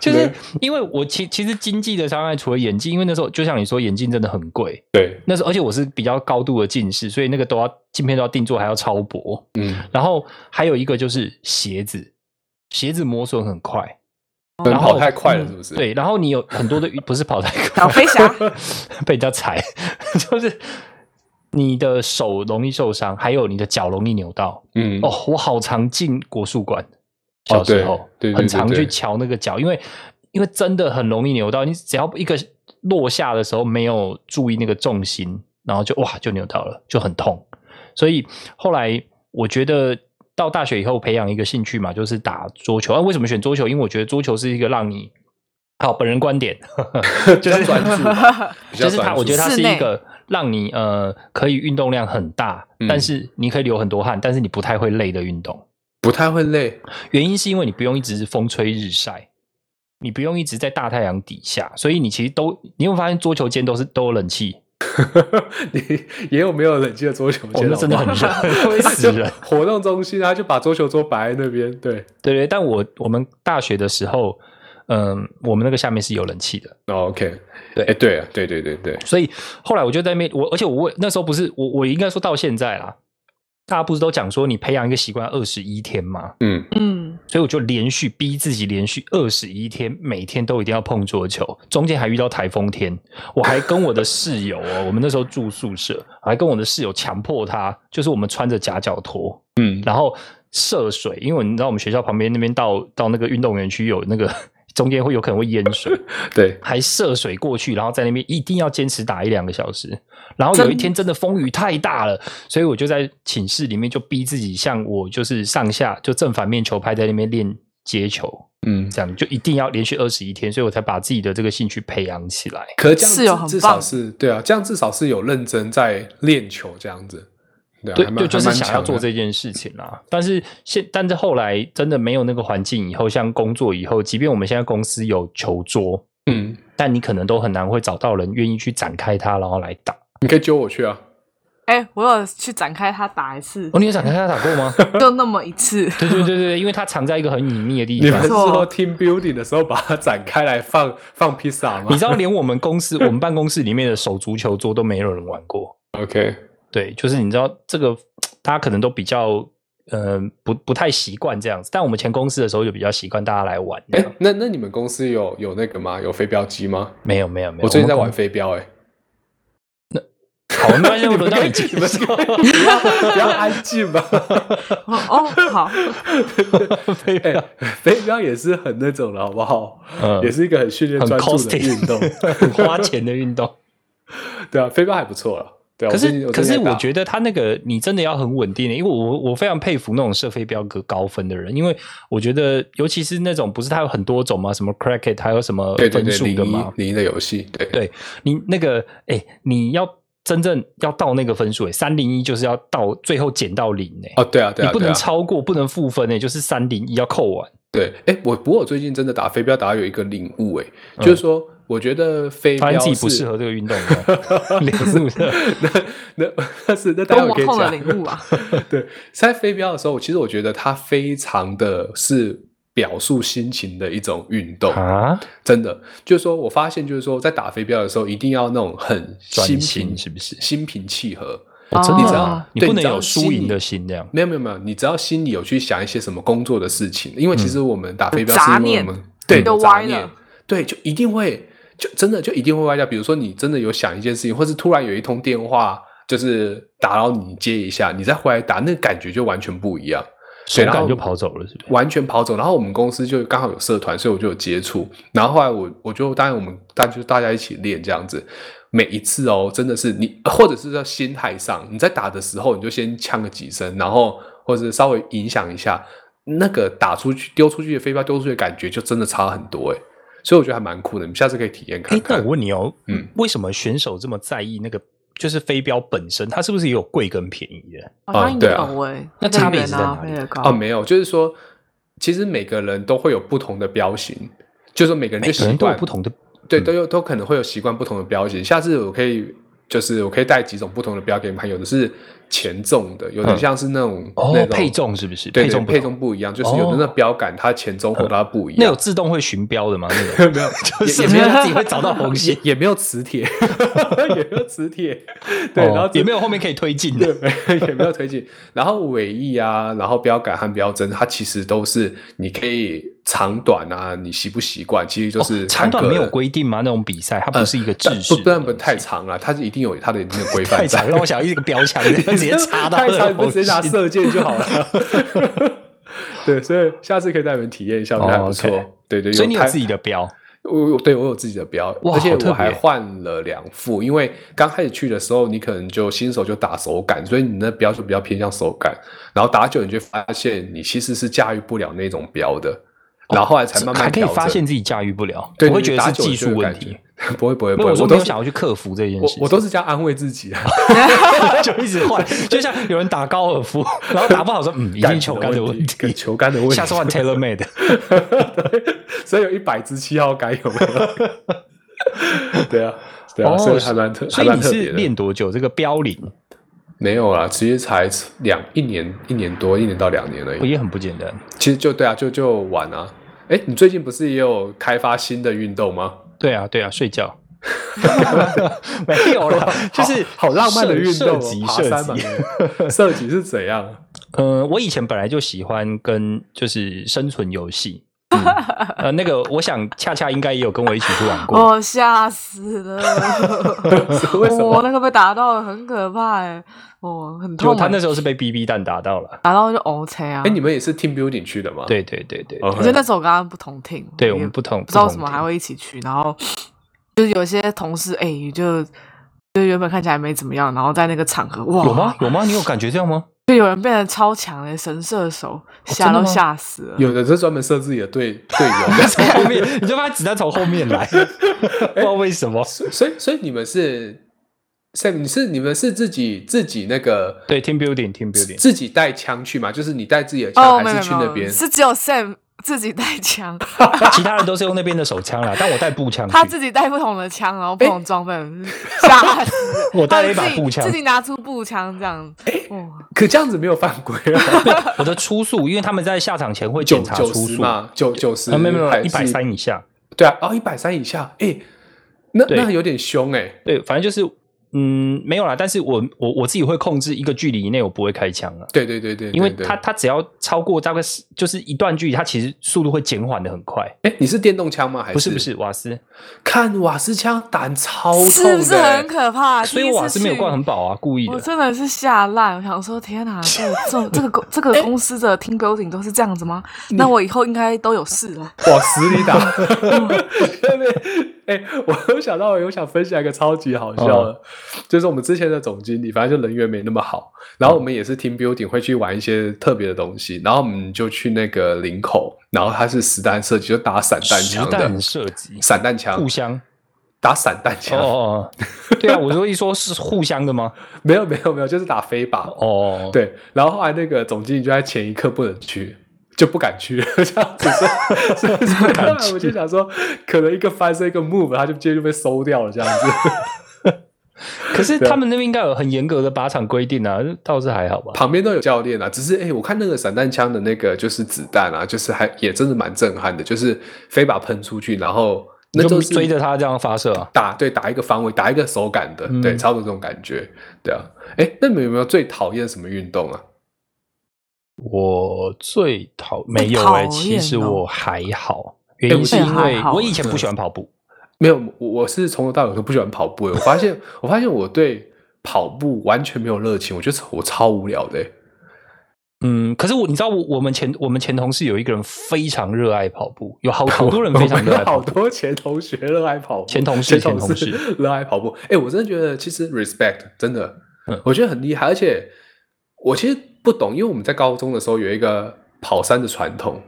Speaker 1: 就是因为我其其实经济的伤害，除了眼镜，因为那时候就像你说，眼镜真的很贵。
Speaker 2: 对，
Speaker 1: 那时候而且我是比较高度的近视，所以那个都要镜片都要定做，还要超薄。
Speaker 2: 嗯，
Speaker 1: 然后还有一个就是鞋子，鞋子磨损很快，
Speaker 2: 可能跑太快了，是不是？，
Speaker 1: 对。然后你有很多的不是跑太快
Speaker 3: 小，飞侠，
Speaker 1: 被人家踩， 就是你的手容易受伤，还有你的脚容易扭到。
Speaker 2: 嗯，
Speaker 1: 哦，，我好常进国术馆，
Speaker 2: 哦
Speaker 1: 小时候、
Speaker 2: 对对对
Speaker 1: 很常
Speaker 2: 对对
Speaker 1: 去瞧那个脚，因为因为真的很容易扭到，你只要一个落下的时候没有注意那个重心，然后就哇就扭到了，就很痛。所以后来我觉得到大学以后培养一个兴趣嘛，就是打桌球。啊，为什么选桌球？因为我觉得桌球是一个让你好本人观点，
Speaker 2: 比较专注，啊 比较
Speaker 1: 就是它，
Speaker 2: 专
Speaker 1: 我觉
Speaker 2: 注
Speaker 1: 得它
Speaker 3: 室
Speaker 1: 是一
Speaker 3: 内
Speaker 1: 个让你呃可以运动量很大，
Speaker 2: 嗯
Speaker 1: 但是你可以流很多汗，但是你不太会累的运动。
Speaker 2: 不太会累。
Speaker 1: 原因是因为你不用一直风吹日晒，你不用一直在大太阳底下，所以你其实都你会发现桌球间都是都有冷气，
Speaker 2: 你也有没有冷气的桌球
Speaker 1: 我
Speaker 2: 间？
Speaker 1: 们哦真的 很
Speaker 2: 好不
Speaker 1: 热，
Speaker 2: 好
Speaker 1: 会死人
Speaker 2: 就。活动中心啊，就把桌球桌摆在那边。对，
Speaker 1: 对对，但我我们大学的时候，嗯，我们那个下面是有冷气的，
Speaker 2: 哦，OK，
Speaker 1: 对
Speaker 2: 哎，对啊，对对对对，
Speaker 1: 所以后来我就在那边，我而且我为那时候不是我我应该说到现在啦，大家不是都讲说你培养一个习惯二十一天吗？
Speaker 2: 嗯，
Speaker 3: 嗯，
Speaker 1: 所以我就连续逼自己连续二十一天，每天都一定要碰桌球。中间还遇到台风天，我还跟我的室友哦，我们那时候住宿舍，还跟我的室友强迫他，就是我们穿着夹脚拖，
Speaker 2: 嗯
Speaker 1: 然后涉水，因为你知道我们学校旁边那边到到那个运动园区有那个 中间会有可能会淹水，
Speaker 2: 对，
Speaker 1: 还涉水过去，然后在那边一定要坚持打一两个小时。然后有一天真的风雨太大了，所以我就在寝室里面就逼自己，像我就是上下就正反面球拍在那边练接球，
Speaker 2: 嗯。
Speaker 1: 这样就一定要连续二十一天，所以我才把自己的这个兴趣培养起来。
Speaker 2: 可是这
Speaker 3: 室友
Speaker 2: 样
Speaker 3: 很
Speaker 2: 至至少
Speaker 3: 棒
Speaker 2: 是对啊，这样至少是有认真在练球这样子，对啊，
Speaker 1: 对
Speaker 2: 还，蛮
Speaker 1: 就就
Speaker 2: 还
Speaker 1: 是
Speaker 2: 蛮
Speaker 1: 想要
Speaker 2: 强
Speaker 1: 做
Speaker 2: 的
Speaker 1: 这件事情啦。但是现，但是后来真的没有那个环境，以后像工作以后，即便我们现在公司有球桌，
Speaker 2: 嗯，
Speaker 1: 但你可能都很难会找到人愿意去展开它，然后来打。
Speaker 2: 你可以揪我去啊，
Speaker 3: 哎、我有去展开他打一次，
Speaker 1: 哦，你有展开它打过吗？
Speaker 3: 就那么一次。
Speaker 1: 对对对对，因为它藏在一个很隐秘的地
Speaker 2: 你们
Speaker 1: 方
Speaker 2: 是。
Speaker 3: 错
Speaker 2: 说 team building 的时候把它展开来放放披萨吗？
Speaker 1: 你知道，连我们公司、我们办公室里面的手足球桌都没有人玩过。
Speaker 2: OK，
Speaker 1: 对，就是你知道这个，大家可能都比较呃不不太习惯这样子。但我们前公司的时候就比较习惯大家来玩。
Speaker 2: 哎、那那你们公司有有那个吗？有飞镖机吗？哎
Speaker 1: 没有没有没有，
Speaker 2: 我最近在玩
Speaker 1: 们
Speaker 2: 飞镖、欸，
Speaker 1: 好，没 关系，轮到你介绍。
Speaker 2: 不要安静吧。
Speaker 3: 哦， 好，
Speaker 1: 飞
Speaker 2: 哎、
Speaker 1: 镖
Speaker 2: 飞镖也是很那种的，好不好？
Speaker 1: 嗯
Speaker 2: 也是一个很训练
Speaker 1: 很
Speaker 2: 专注的
Speaker 1: costly
Speaker 2: 运 动。
Speaker 1: 很花钱的运动。
Speaker 2: 对啊，飞镖还不错了。对啊，
Speaker 1: 可
Speaker 2: 我最近
Speaker 1: 是，可是我
Speaker 2: 得
Speaker 1: 觉得他那个你真的要很稳定的，欸因为我我非常佩服那种射飞镖格高分的人，因为我觉得尤其是那种不是他有很多种吗？什么 cracket，还有什么
Speaker 2: 对对
Speaker 1: 分
Speaker 2: 对
Speaker 1: 数
Speaker 2: 零
Speaker 1: 的
Speaker 2: 一
Speaker 1: 吗？
Speaker 2: 零一的游戏，对
Speaker 1: 对你那个哎、你要真正要到那个分数、哎，三零一就是要到最后减到零哎、
Speaker 2: 哦，对啊对啊，
Speaker 1: 你不
Speaker 2: 对
Speaker 1: 能
Speaker 2: 啊
Speaker 1: 超过，不能负分哎、就是三零一要扣啊完。
Speaker 2: 对，哎，我不过我最近真的打飞镖打到有一个领悟，哎，就是说，我觉得飞
Speaker 1: 发
Speaker 2: 镖
Speaker 1: 现嗯自己不
Speaker 2: 是
Speaker 1: 适合这个运动， 脸部的
Speaker 2: 那 那但是那待
Speaker 3: 跟
Speaker 2: 会
Speaker 3: 我
Speaker 2: 可以
Speaker 3: 后的领
Speaker 2: 讲。
Speaker 3: 悟啊，
Speaker 2: 对，在飞镖的时候，其实我觉得它非常的是表述心情的一种运动，
Speaker 1: 啊，
Speaker 2: 真的。就是说我发现，就是说在打飞镖的时候，一定要那种很
Speaker 1: 专
Speaker 2: 心
Speaker 1: 心
Speaker 2: 平
Speaker 1: 是不是
Speaker 2: 心平气和。
Speaker 1: 我真
Speaker 2: 你
Speaker 1: 的
Speaker 2: 只
Speaker 1: 吗
Speaker 2: 要
Speaker 3: 哦
Speaker 1: 你
Speaker 2: 对
Speaker 1: 不能
Speaker 2: 只要
Speaker 1: 有输赢的
Speaker 2: 心
Speaker 1: 心这样
Speaker 2: 里。没有没有没有，你只要心里有去想一些什么工作的事情，因为其实我们打飞镖是
Speaker 3: 嗯杂
Speaker 2: 因为我
Speaker 3: 念
Speaker 2: 们对
Speaker 3: 你都
Speaker 2: 有杂
Speaker 3: 歪了
Speaker 2: 念，对，就一定会就真的就一定会歪掉。比如说你真的有想一件事情，或是突然有一通电话就是打扰你，你接一下，你再回来打，那个感觉就完全不一样。
Speaker 1: 手
Speaker 2: 然
Speaker 1: 感
Speaker 2: 后
Speaker 1: 就跑走了，是不是？
Speaker 2: 完全跑走。然后我们公司就刚好有社团，所以我就有接触。然后后来我我就当然我们大家就大家一起练这样子，每一次哦，真的是你或者是在心态上，你在打的时候你就先呛个几声，然后或者稍微影响一下那个打出去丢出去的飞镖丢出去的感觉，就真的差很多哎。所以我觉得还蛮酷的，你们下次可以体验看
Speaker 1: 哎，那
Speaker 2: 看
Speaker 1: 我。问你哦，
Speaker 2: 嗯
Speaker 1: 为什么选手这么在意那个？就是飞镖本身，它是不是也有贵跟便宜的？
Speaker 3: 好像
Speaker 2: 对啊
Speaker 3: 有哎，
Speaker 1: 哦那
Speaker 3: 个
Speaker 1: 差别
Speaker 3: 人
Speaker 1: 是在
Speaker 3: 啊
Speaker 1: 哪里
Speaker 3: 飞得高
Speaker 2: 哦，没有，就是说，其实每个人都会有不同的标型，就是说每个人
Speaker 1: 每
Speaker 2: 就
Speaker 1: 个
Speaker 2: 习
Speaker 1: 人都有
Speaker 2: 惯
Speaker 1: 不同的，
Speaker 2: 对，
Speaker 1: 嗯
Speaker 2: 都有都可能会有习惯不同的标型。下次我可以就是我可以带几种不同的标给你们看，有的是前重的，有的
Speaker 1: 嗯
Speaker 2: 像是那种、
Speaker 1: 哦
Speaker 2: 那种
Speaker 1: 配重是不是
Speaker 2: 对
Speaker 1: 配
Speaker 2: 对
Speaker 1: 重不
Speaker 2: 配
Speaker 1: 同
Speaker 2: 重不一样，就是有的那
Speaker 1: 哦
Speaker 2: 标杆它前中后它不一
Speaker 1: 那
Speaker 2: 样
Speaker 1: 有。自动会寻标的吗？那个没有， 就是
Speaker 2: 也
Speaker 1: 没
Speaker 2: 没
Speaker 1: 有
Speaker 2: 有
Speaker 1: 它自己会找到红线
Speaker 2: 也，也没有磁铁， 也没有磁铁， 对，
Speaker 1: 哦
Speaker 2: 然后这
Speaker 1: 也没有后面可以推进的。
Speaker 2: 对， 也没有推进。然后尾翼啊，然后标杆和标针，它其实都是你可以长短啊，你习不习惯，其实就
Speaker 1: 哦
Speaker 2: 是、
Speaker 1: 长短没有规定吗？那种比赛它不是一个制
Speaker 2: 呃但
Speaker 1: 式
Speaker 2: 不
Speaker 1: 的东西，
Speaker 2: 不然不太长了，它是一定有它的那个规 范
Speaker 1: 太
Speaker 2: 在
Speaker 1: 长，。让我想一个标 枪，直接插到
Speaker 2: 太
Speaker 1: 那个
Speaker 2: 长，你
Speaker 1: 红
Speaker 2: 们直接拿
Speaker 1: 线
Speaker 2: 射箭就好了。 对，所以下次可以带你们体验一下，我觉得还不错。
Speaker 1: 哦，OK
Speaker 2: 对对，
Speaker 1: 所以你有
Speaker 2: 台
Speaker 1: 自己的标，
Speaker 2: 我我对我有自己的标，
Speaker 1: 哇
Speaker 2: 而且
Speaker 1: 好特别
Speaker 2: 我还换了两副，因为刚开始去的时候，你可能就新手就打手感，所以你那标就比较偏向手感，然后打久你就发现你其实是驾驭不了那种标的，然后后来才慢慢
Speaker 1: 还可哦以
Speaker 2: 调整
Speaker 1: 发现自己驾驭不了，
Speaker 2: 对，
Speaker 1: 我会
Speaker 2: 你
Speaker 1: 觉得
Speaker 2: 打
Speaker 1: 是
Speaker 2: 久了
Speaker 1: 技
Speaker 2: 就有
Speaker 1: 术问
Speaker 2: 感
Speaker 1: 题。
Speaker 2: 觉，不会不会
Speaker 1: 没
Speaker 2: 不
Speaker 1: 有，
Speaker 2: 会，
Speaker 1: 我说没
Speaker 2: 都
Speaker 1: 有
Speaker 2: 是
Speaker 1: 想要去克服这件
Speaker 2: 我
Speaker 1: 事，
Speaker 2: 我都是这样安慰自己的，
Speaker 1: 就一直换，就像有人打高尔夫， 然后打不好说， 嗯，一定球杆的问
Speaker 2: 跟
Speaker 1: 题，
Speaker 2: 球杆的问题，
Speaker 1: 下次换 Taylor Made。
Speaker 2: 所以有一百支七号杆有没有？对啊，对啊，所以还蛮特，
Speaker 1: 哦所
Speaker 2: 还
Speaker 1: 以
Speaker 2: 蛮
Speaker 1: 你
Speaker 2: 特
Speaker 1: 是
Speaker 2: 别的。
Speaker 1: 练多久？这个标龄
Speaker 2: 没有啦，其实才两一年一年多，一年到两年而已。
Speaker 1: 也很不简单。
Speaker 2: 其实就对啊，就就玩啊。哎，你最近不是也有开发新的运动吗？
Speaker 1: 对啊，对啊，睡 觉。没有啦，就是
Speaker 2: 好好浪漫的运动、
Speaker 1: 射击
Speaker 2: 哦，爬
Speaker 1: 射
Speaker 2: 山嘛
Speaker 1: 击。，
Speaker 2: 射击是怎样？
Speaker 1: 呃，我以前本来就喜欢跟就是生存游戏， 呃，那个我想恰恰应该也有跟我一起去玩
Speaker 2: 哦
Speaker 1: 过。
Speaker 3: 我哦吓 死了。
Speaker 2: 为什
Speaker 1: 哦
Speaker 3: 我、
Speaker 2: 么？
Speaker 3: 哦那个被打到很可怕哎，哦，很
Speaker 1: 就
Speaker 3: 痛欸。
Speaker 1: 他那时候是被 BB 弹打到了，
Speaker 3: 打到就 OK 啊
Speaker 2: 哎，。你们也是 team building 去的吗？哦
Speaker 1: 对对对对，
Speaker 2: OK，
Speaker 3: 我觉得那时候我跟他们不同听，
Speaker 1: 对
Speaker 3: 也
Speaker 1: 我们不同，
Speaker 3: 不知道
Speaker 1: 不
Speaker 3: 为
Speaker 1: 同
Speaker 3: 什么还
Speaker 1: 频
Speaker 3: 会一起去，然后 就是有些同事哎、就就原本看起来没怎么样，然后在那个场合哇，
Speaker 1: 有吗？有吗？你有感觉这样吗？
Speaker 3: 就有人变得超强的神射手，吓、
Speaker 1: 哦真的
Speaker 3: 都
Speaker 1: 吗
Speaker 3: 吓死了。
Speaker 2: 有的是专门射自己的队队 友，
Speaker 1: 从后面，你就发现子弹从后面 来，不知道为什么。
Speaker 2: 所以所以所以你们是 Sam，你是你们是自己自己那个
Speaker 1: 对，team building，team building，
Speaker 2: 自己带枪去吗？就是你带自己的枪，
Speaker 3: 哦，没
Speaker 2: 还
Speaker 3: 有
Speaker 2: 是去
Speaker 3: 没
Speaker 2: 那
Speaker 3: 有没有，
Speaker 2: 边？
Speaker 3: 是只有 Sam 自己带枪，
Speaker 1: 其他人都是用那边的手枪啦，但我带步枪去，
Speaker 3: 他自己带不同的枪，然后 不同装备，吓死了。
Speaker 1: 我带了一
Speaker 3: 他
Speaker 1: 把
Speaker 3: 自己
Speaker 1: 步枪哎
Speaker 3: 自。己拿出步枪这样，哇，
Speaker 2: 可这样子没有犯规 啊，
Speaker 1: 我的初速，因为他们在下场前会
Speaker 2: 九
Speaker 1: 检查
Speaker 2: 九
Speaker 1: 初
Speaker 2: 十
Speaker 1: 速，
Speaker 2: 嘛，九九十，
Speaker 1: 啊没有没有，
Speaker 2: 还
Speaker 1: 一
Speaker 2: 是
Speaker 1: 百三，以下。
Speaker 2: 对啊，哦，一百三以下，哎，那
Speaker 1: 对
Speaker 2: 那有点凶哎，
Speaker 1: 对，反正就是嗯，没有啦，但是我我我自己会控制一个距离以内，我不会开枪啊。
Speaker 2: 对对对对，
Speaker 1: 因为
Speaker 2: 对对
Speaker 1: 它它只要超过大概是就是一段距离，它其实速度会减缓的很快。
Speaker 2: 哎，你是电动枪吗？还
Speaker 1: 不是
Speaker 2: 是
Speaker 1: 不是，瓦斯，
Speaker 2: 看瓦斯枪胆超痛的，
Speaker 3: 是不是很可怕？
Speaker 1: 所以
Speaker 3: 啊第一次
Speaker 1: 瓦斯没有
Speaker 3: 去
Speaker 1: 灌很饱啊，故意
Speaker 3: 我
Speaker 1: 的。
Speaker 3: 真的是吓烂，我想说天哪，这个这这个公这个公司的 team building 都是这样子吗？那我以后应该都有事了。
Speaker 2: 往死里打！ 对对，哎，我又想到，我有想分享一个超级好笑的，
Speaker 1: 嗯
Speaker 2: 就是我们之前的总经理，反正就人缘没那么好，然后我们也是 team building 会去玩一些特别的东西，然后我们就去那个林口，然后它是实弹射击，就打散弹
Speaker 1: 实
Speaker 2: 枪的
Speaker 1: 弹，射击，
Speaker 2: 散弹枪
Speaker 1: 互相。
Speaker 2: 打散弹
Speaker 1: 哦
Speaker 2: 枪，
Speaker 1: 哦， 哦对啊，我说一说是互相的吗？
Speaker 2: 没有没有没有，就是打飞靶，
Speaker 1: 哦，，
Speaker 2: 对，然后后来那个总经理就在前一刻不能去，就不敢去了， 这样子是，所以所以后来我就想说，可能一个翻身一个 move，他就直接就被收掉了这样子。
Speaker 1: 可是
Speaker 2: 啊
Speaker 1: 他们那边应该有很严格的靶场规定啊，倒是还好吧。
Speaker 2: 旁边都有教练啊，只是哎，我看那个散弹枪的那个就是子弹啊，就是还也真的蛮震撼的，就是飞靶喷出去，然后
Speaker 1: 你
Speaker 2: 那
Speaker 1: 就
Speaker 2: 都是
Speaker 1: 追着他这样发射啊？
Speaker 2: 打对打一个方位，打一个手感的，对，
Speaker 1: 嗯
Speaker 2: 差不多这种感觉，对啊。哎，那你们有没有最讨厌什么运动啊？
Speaker 1: 我最讨没有
Speaker 3: 讨
Speaker 1: 哎、
Speaker 3: 厌
Speaker 1: 其实
Speaker 3: 哦
Speaker 1: 我还好，
Speaker 2: 哎
Speaker 1: 原因是因
Speaker 3: 我也
Speaker 1: 为
Speaker 3: 还好
Speaker 1: 我以前不喜欢跑步，
Speaker 2: 没有，我我是从头到尾都不喜欢跑步欸的。我发 现，我发现我对跑步完全没有热情，我觉得我超无聊的。欸
Speaker 1: 嗯，可是我你知道我我们前我们前同事有一个人非常热爱跑步，有好好多人非常
Speaker 2: 我
Speaker 1: 热
Speaker 2: 们
Speaker 1: 爱
Speaker 2: 有
Speaker 1: 跑
Speaker 2: 好
Speaker 1: 步，
Speaker 2: 多前同学热爱跑步，
Speaker 1: 前同事
Speaker 2: 前
Speaker 1: 前同
Speaker 2: 热爱跑步。哎，我真的觉得其实 respect 真的
Speaker 1: 嗯，
Speaker 2: 我觉得很厉害。而且我其实不懂，因为我们在高中的时候有一个跑山的传统。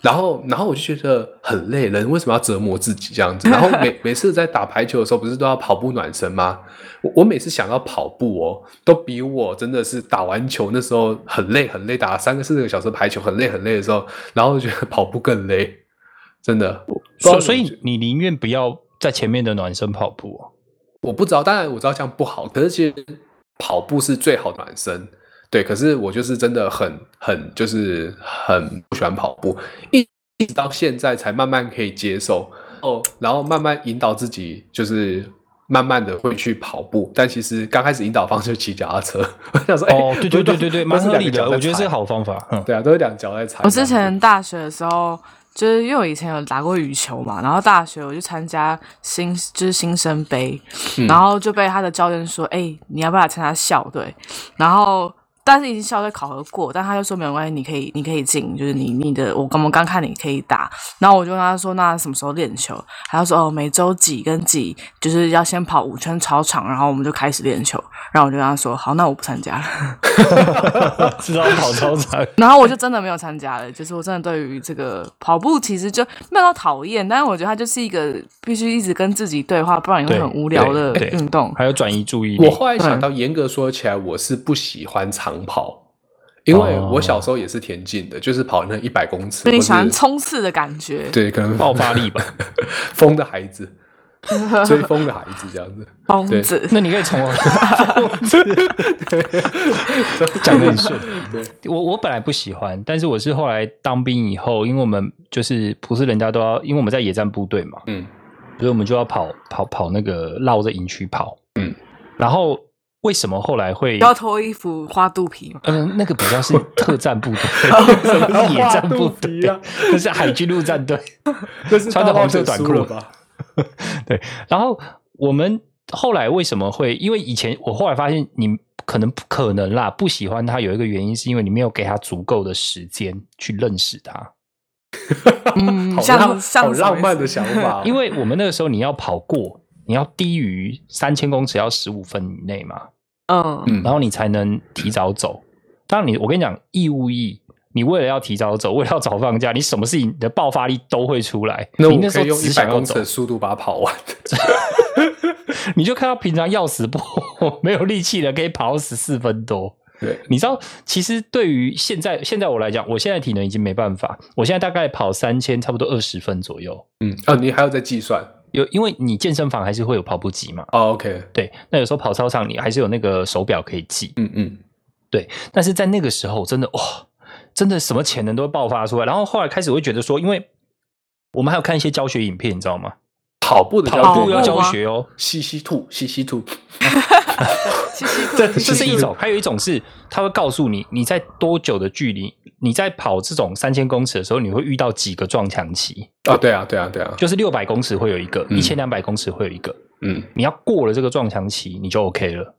Speaker 2: 然后，然后我就觉得很累，人为什么要折磨自己这样子？然后 每每次在打排球的时候，不是都要跑步暖身吗？我我每次想要跑步哦，都比我真的是打完球那时候很累很累，打了三个四个小时排球很累很累的时候，然后我觉得跑步更累，真的。
Speaker 1: 所所以你宁愿不要在前面的暖身跑步、哦。
Speaker 2: 我不知道，当然我知道这样不好，可是其实跑步是最好的暖身。对，可是我就是真的很很就是很不喜欢跑步，一一直到现在才慢慢可以接受哦，然后慢慢引导自己，就是慢慢的会去跑步。但其实刚开始引导方式就是骑脚踏车， 我想说，哎、
Speaker 1: 哦，对对对对对，
Speaker 2: 不
Speaker 1: 蛮
Speaker 2: 是
Speaker 1: 合理
Speaker 2: 两个脚
Speaker 1: 的，
Speaker 2: 在
Speaker 1: 我觉得是
Speaker 2: 踩
Speaker 1: 个好方法。嗯，
Speaker 2: 对啊，都是两脚在踩。
Speaker 3: 我之前大学的时候，就是因为我以前有打过羽球嘛，然后大学我去参加新就是新生杯，
Speaker 2: 嗯
Speaker 3: 然后就被他的教练说：“哎、你要不要来参加校队？”然后。但是已经校队考核过，但他就说没有关系，你可以，你可以进，就是你你的，我刚我刚看你可以打，然后我就跟他说，那什么时候练球？他就说哦，每周几跟几，就是要先跑五圈操场，然后我们就开始练球。然后我就跟他说，好，那我不参加了。
Speaker 1: 知道跑操场。
Speaker 3: 然后我就真的没有参加了，就是我真的对于这个跑步其实就没有到讨厌，但是我觉得它就是一个必须一直跟自己对话，不然你会
Speaker 1: 对
Speaker 3: 很无聊的
Speaker 1: 对对
Speaker 3: 运动。
Speaker 1: 还有转移注意力
Speaker 2: 我，后来想到，严格说起来，我是不喜欢长跑，因为我小时候也是田径的，就是跑那一百公尺。
Speaker 3: 所以你
Speaker 2: 或是
Speaker 3: 喜欢冲刺的感觉，
Speaker 2: 对，可能
Speaker 1: 爆发力吧。
Speaker 2: 疯的孩子，追风的孩子这样子，
Speaker 3: 疯
Speaker 2: 对
Speaker 3: 子。
Speaker 1: 那你可以从我 讲的很顺。
Speaker 2: 对，
Speaker 1: 我我本来不喜欢，但是我是后来当兵以后，因为我们就是不是人家都要，因为我们在野战部队嘛，
Speaker 2: 嗯，
Speaker 1: 所以我们就要跑跑跑那个绕着营区跑。
Speaker 2: 嗯，
Speaker 1: 然后为什么后来会
Speaker 3: 不？要脱衣服画肚皮 嘛，
Speaker 1: 嗯，那个比较是特战部队， 不是野战部
Speaker 2: 画肚皮
Speaker 1: 队
Speaker 2: 啊，
Speaker 1: 那是海军陆战队。
Speaker 2: 这是
Speaker 1: 穿着
Speaker 2: 大
Speaker 1: 红
Speaker 2: 冒
Speaker 1: 色
Speaker 2: 险
Speaker 1: 短
Speaker 2: 输
Speaker 1: 裤
Speaker 2: 了吧？
Speaker 1: 对，然后我们后来为什么会？因为以前我后来发现，你可能不可能啦，不喜欢他有一个原因，是因为你没有给他足够的时间去认识他。
Speaker 3: 嗯，
Speaker 2: 好
Speaker 3: 像
Speaker 2: 浪
Speaker 3: 像
Speaker 2: 好
Speaker 3: 什么
Speaker 2: 浪漫
Speaker 3: 意
Speaker 2: 的
Speaker 3: 思
Speaker 2: 想法 哦，
Speaker 1: 因为我们那个时候你要跑过，你要低于三千公尺要十五分以内嘛，
Speaker 3: 嗯，
Speaker 2: 嗯
Speaker 1: 然后你才能提早走。当然你，我跟你讲，义务役。你为了要提早走，为了要早放假，你什么事情你的爆发力都会出来。
Speaker 2: 那
Speaker 1: 你
Speaker 2: 我
Speaker 1: 那时候
Speaker 2: 可以用
Speaker 1: 只
Speaker 2: 一
Speaker 1: 想
Speaker 2: 百
Speaker 1: 要
Speaker 2: 公
Speaker 1: 走
Speaker 2: 尺的，速度把它跑完。
Speaker 1: 你就看到平常要死不活、 没有力气的，可以跑十四分多。
Speaker 2: 对，
Speaker 1: 你知道，其实对于现在现在我来讲，我现在体能已经没办法，我现在大概跑三千，差不多二十分左右。
Speaker 2: 嗯，哦，你还要再计算
Speaker 1: 有，因为你健身房还是会有跑步机嘛，
Speaker 2: 哦，OK，
Speaker 1: 对。那有时候跑操场，你还是有那个手表可以记。
Speaker 2: 嗯嗯，
Speaker 1: 但是在那个时候，真的哇、真的什么潜能都会爆发出来。然后后来开始我会觉得说，因为我们还有看一些教学影片，你知道吗？
Speaker 2: 跑步的
Speaker 1: 跑
Speaker 2: 教
Speaker 1: 步
Speaker 2: 学
Speaker 1: 要
Speaker 3: 跑
Speaker 1: 教
Speaker 3: 步吗
Speaker 1: 学哦，
Speaker 2: 吸吸吐，吸吸吐，
Speaker 3: 其实
Speaker 1: 这
Speaker 3: 可
Speaker 1: 这是一
Speaker 2: 是
Speaker 1: 种，还有一种是他会告诉你你在多久的距离，你在跑这种三千公尺的时候，你会遇到几个撞墙期，
Speaker 2: 啊，对啊，对啊，对啊，
Speaker 1: 就是六百公尺会有一个，
Speaker 2: 嗯
Speaker 1: 一千两百公尺会有一个，
Speaker 2: 嗯，
Speaker 1: 你要过了这个撞墙期，你就 OK 了。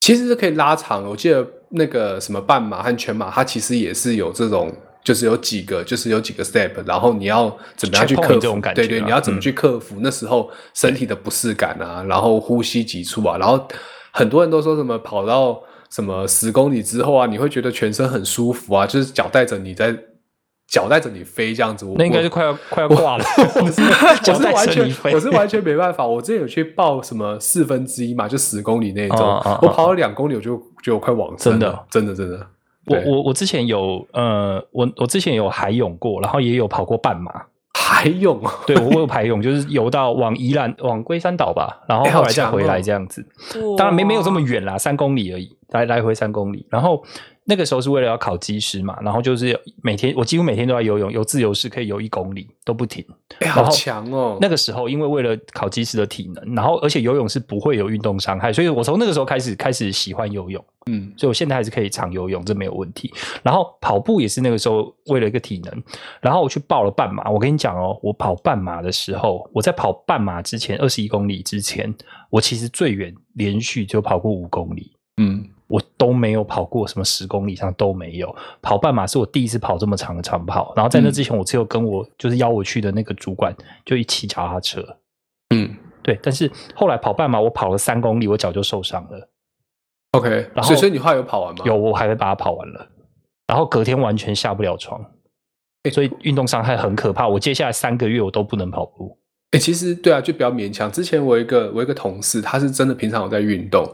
Speaker 2: 其实是可以拉长的。我记得那个什么半马和全马，它其实也是有这种，就是有几个，就是有几个 step，然后你要怎么样去
Speaker 1: Checkpoint
Speaker 2: 克服
Speaker 1: 这种感觉啊
Speaker 2: 对对，你要怎么
Speaker 1: 嗯
Speaker 2: 去克服那时候身体的不适感啊，然后呼吸急促啊，然后很多人都说什么跑到什么十公里之后啊，你会觉得全身很舒服啊，就是脚带着你在。脚带着你飞这样子，我
Speaker 1: 那应该是
Speaker 2: 我
Speaker 1: 快要快要挂了，
Speaker 2: 我
Speaker 1: 脚
Speaker 2: 是
Speaker 1: 带
Speaker 2: 完
Speaker 1: 着你
Speaker 2: 全
Speaker 1: 飞
Speaker 2: 我是完全没办法。我之前有去报什么四分之一嘛，就十公里那一种，
Speaker 1: 哦哦哦
Speaker 2: 我跑了两公里我就觉得我快往生
Speaker 1: 真的
Speaker 2: 了，真的真的。
Speaker 1: 我
Speaker 2: 对
Speaker 1: 我我之前有呃，我我之前有海泳过，然后也有跑过半马。
Speaker 2: 还泳哦，
Speaker 1: 对我我有海泳，就是游到往宜兰往龟山岛吧，然后
Speaker 2: 哎
Speaker 1: 后
Speaker 2: 好
Speaker 1: 来再
Speaker 2: 强
Speaker 1: 回来
Speaker 2: 哦
Speaker 1: 这样子。当然没没有这么远啦，三公里而已，来来回三公里。然后那个时候是为了要考技师嘛，然后就是每天我几乎每天都在游泳，游自由式可以游一公里都不停。
Speaker 2: 哎、
Speaker 1: 然
Speaker 2: 好
Speaker 1: 后
Speaker 2: 强哦！
Speaker 1: 那个时候因为为了考技师的体能，然后而且游泳是不会有运动伤害，所以我从那个时候开始开始喜欢游泳，
Speaker 2: 嗯，
Speaker 1: 所以我现在还是可以常游泳，这没有问题。然后跑步也是那个时候为了一个体能，然后我去报了半马。我跟你讲哦，我跑半马的时候，我在跑半马之前，二十一公里之前，我其实最远连续就跑过五公里。
Speaker 2: 嗯，
Speaker 1: 我都没有跑过什么十公里以上都没有，跑半马是我第一次跑这么长的长跑。然后在那之前，我只有跟我就是邀我去的那个主管就一起脚踏车，
Speaker 2: 嗯
Speaker 1: 对。但是后来跑半马，我跑了三公里，我脚就受伤了，
Speaker 2: ，OK。
Speaker 1: 然后
Speaker 2: 所以所以你后来有跑完吗？
Speaker 1: 有，我还会把它跑完了，然后隔天完全下不了床，
Speaker 2: 哎
Speaker 1: 所以运动伤害很可怕。我接下来三个月我都不能跑步，
Speaker 2: 哎、其实对啊，就比较勉强。之前我有一个我有一个同事，他是真的平常有在运动，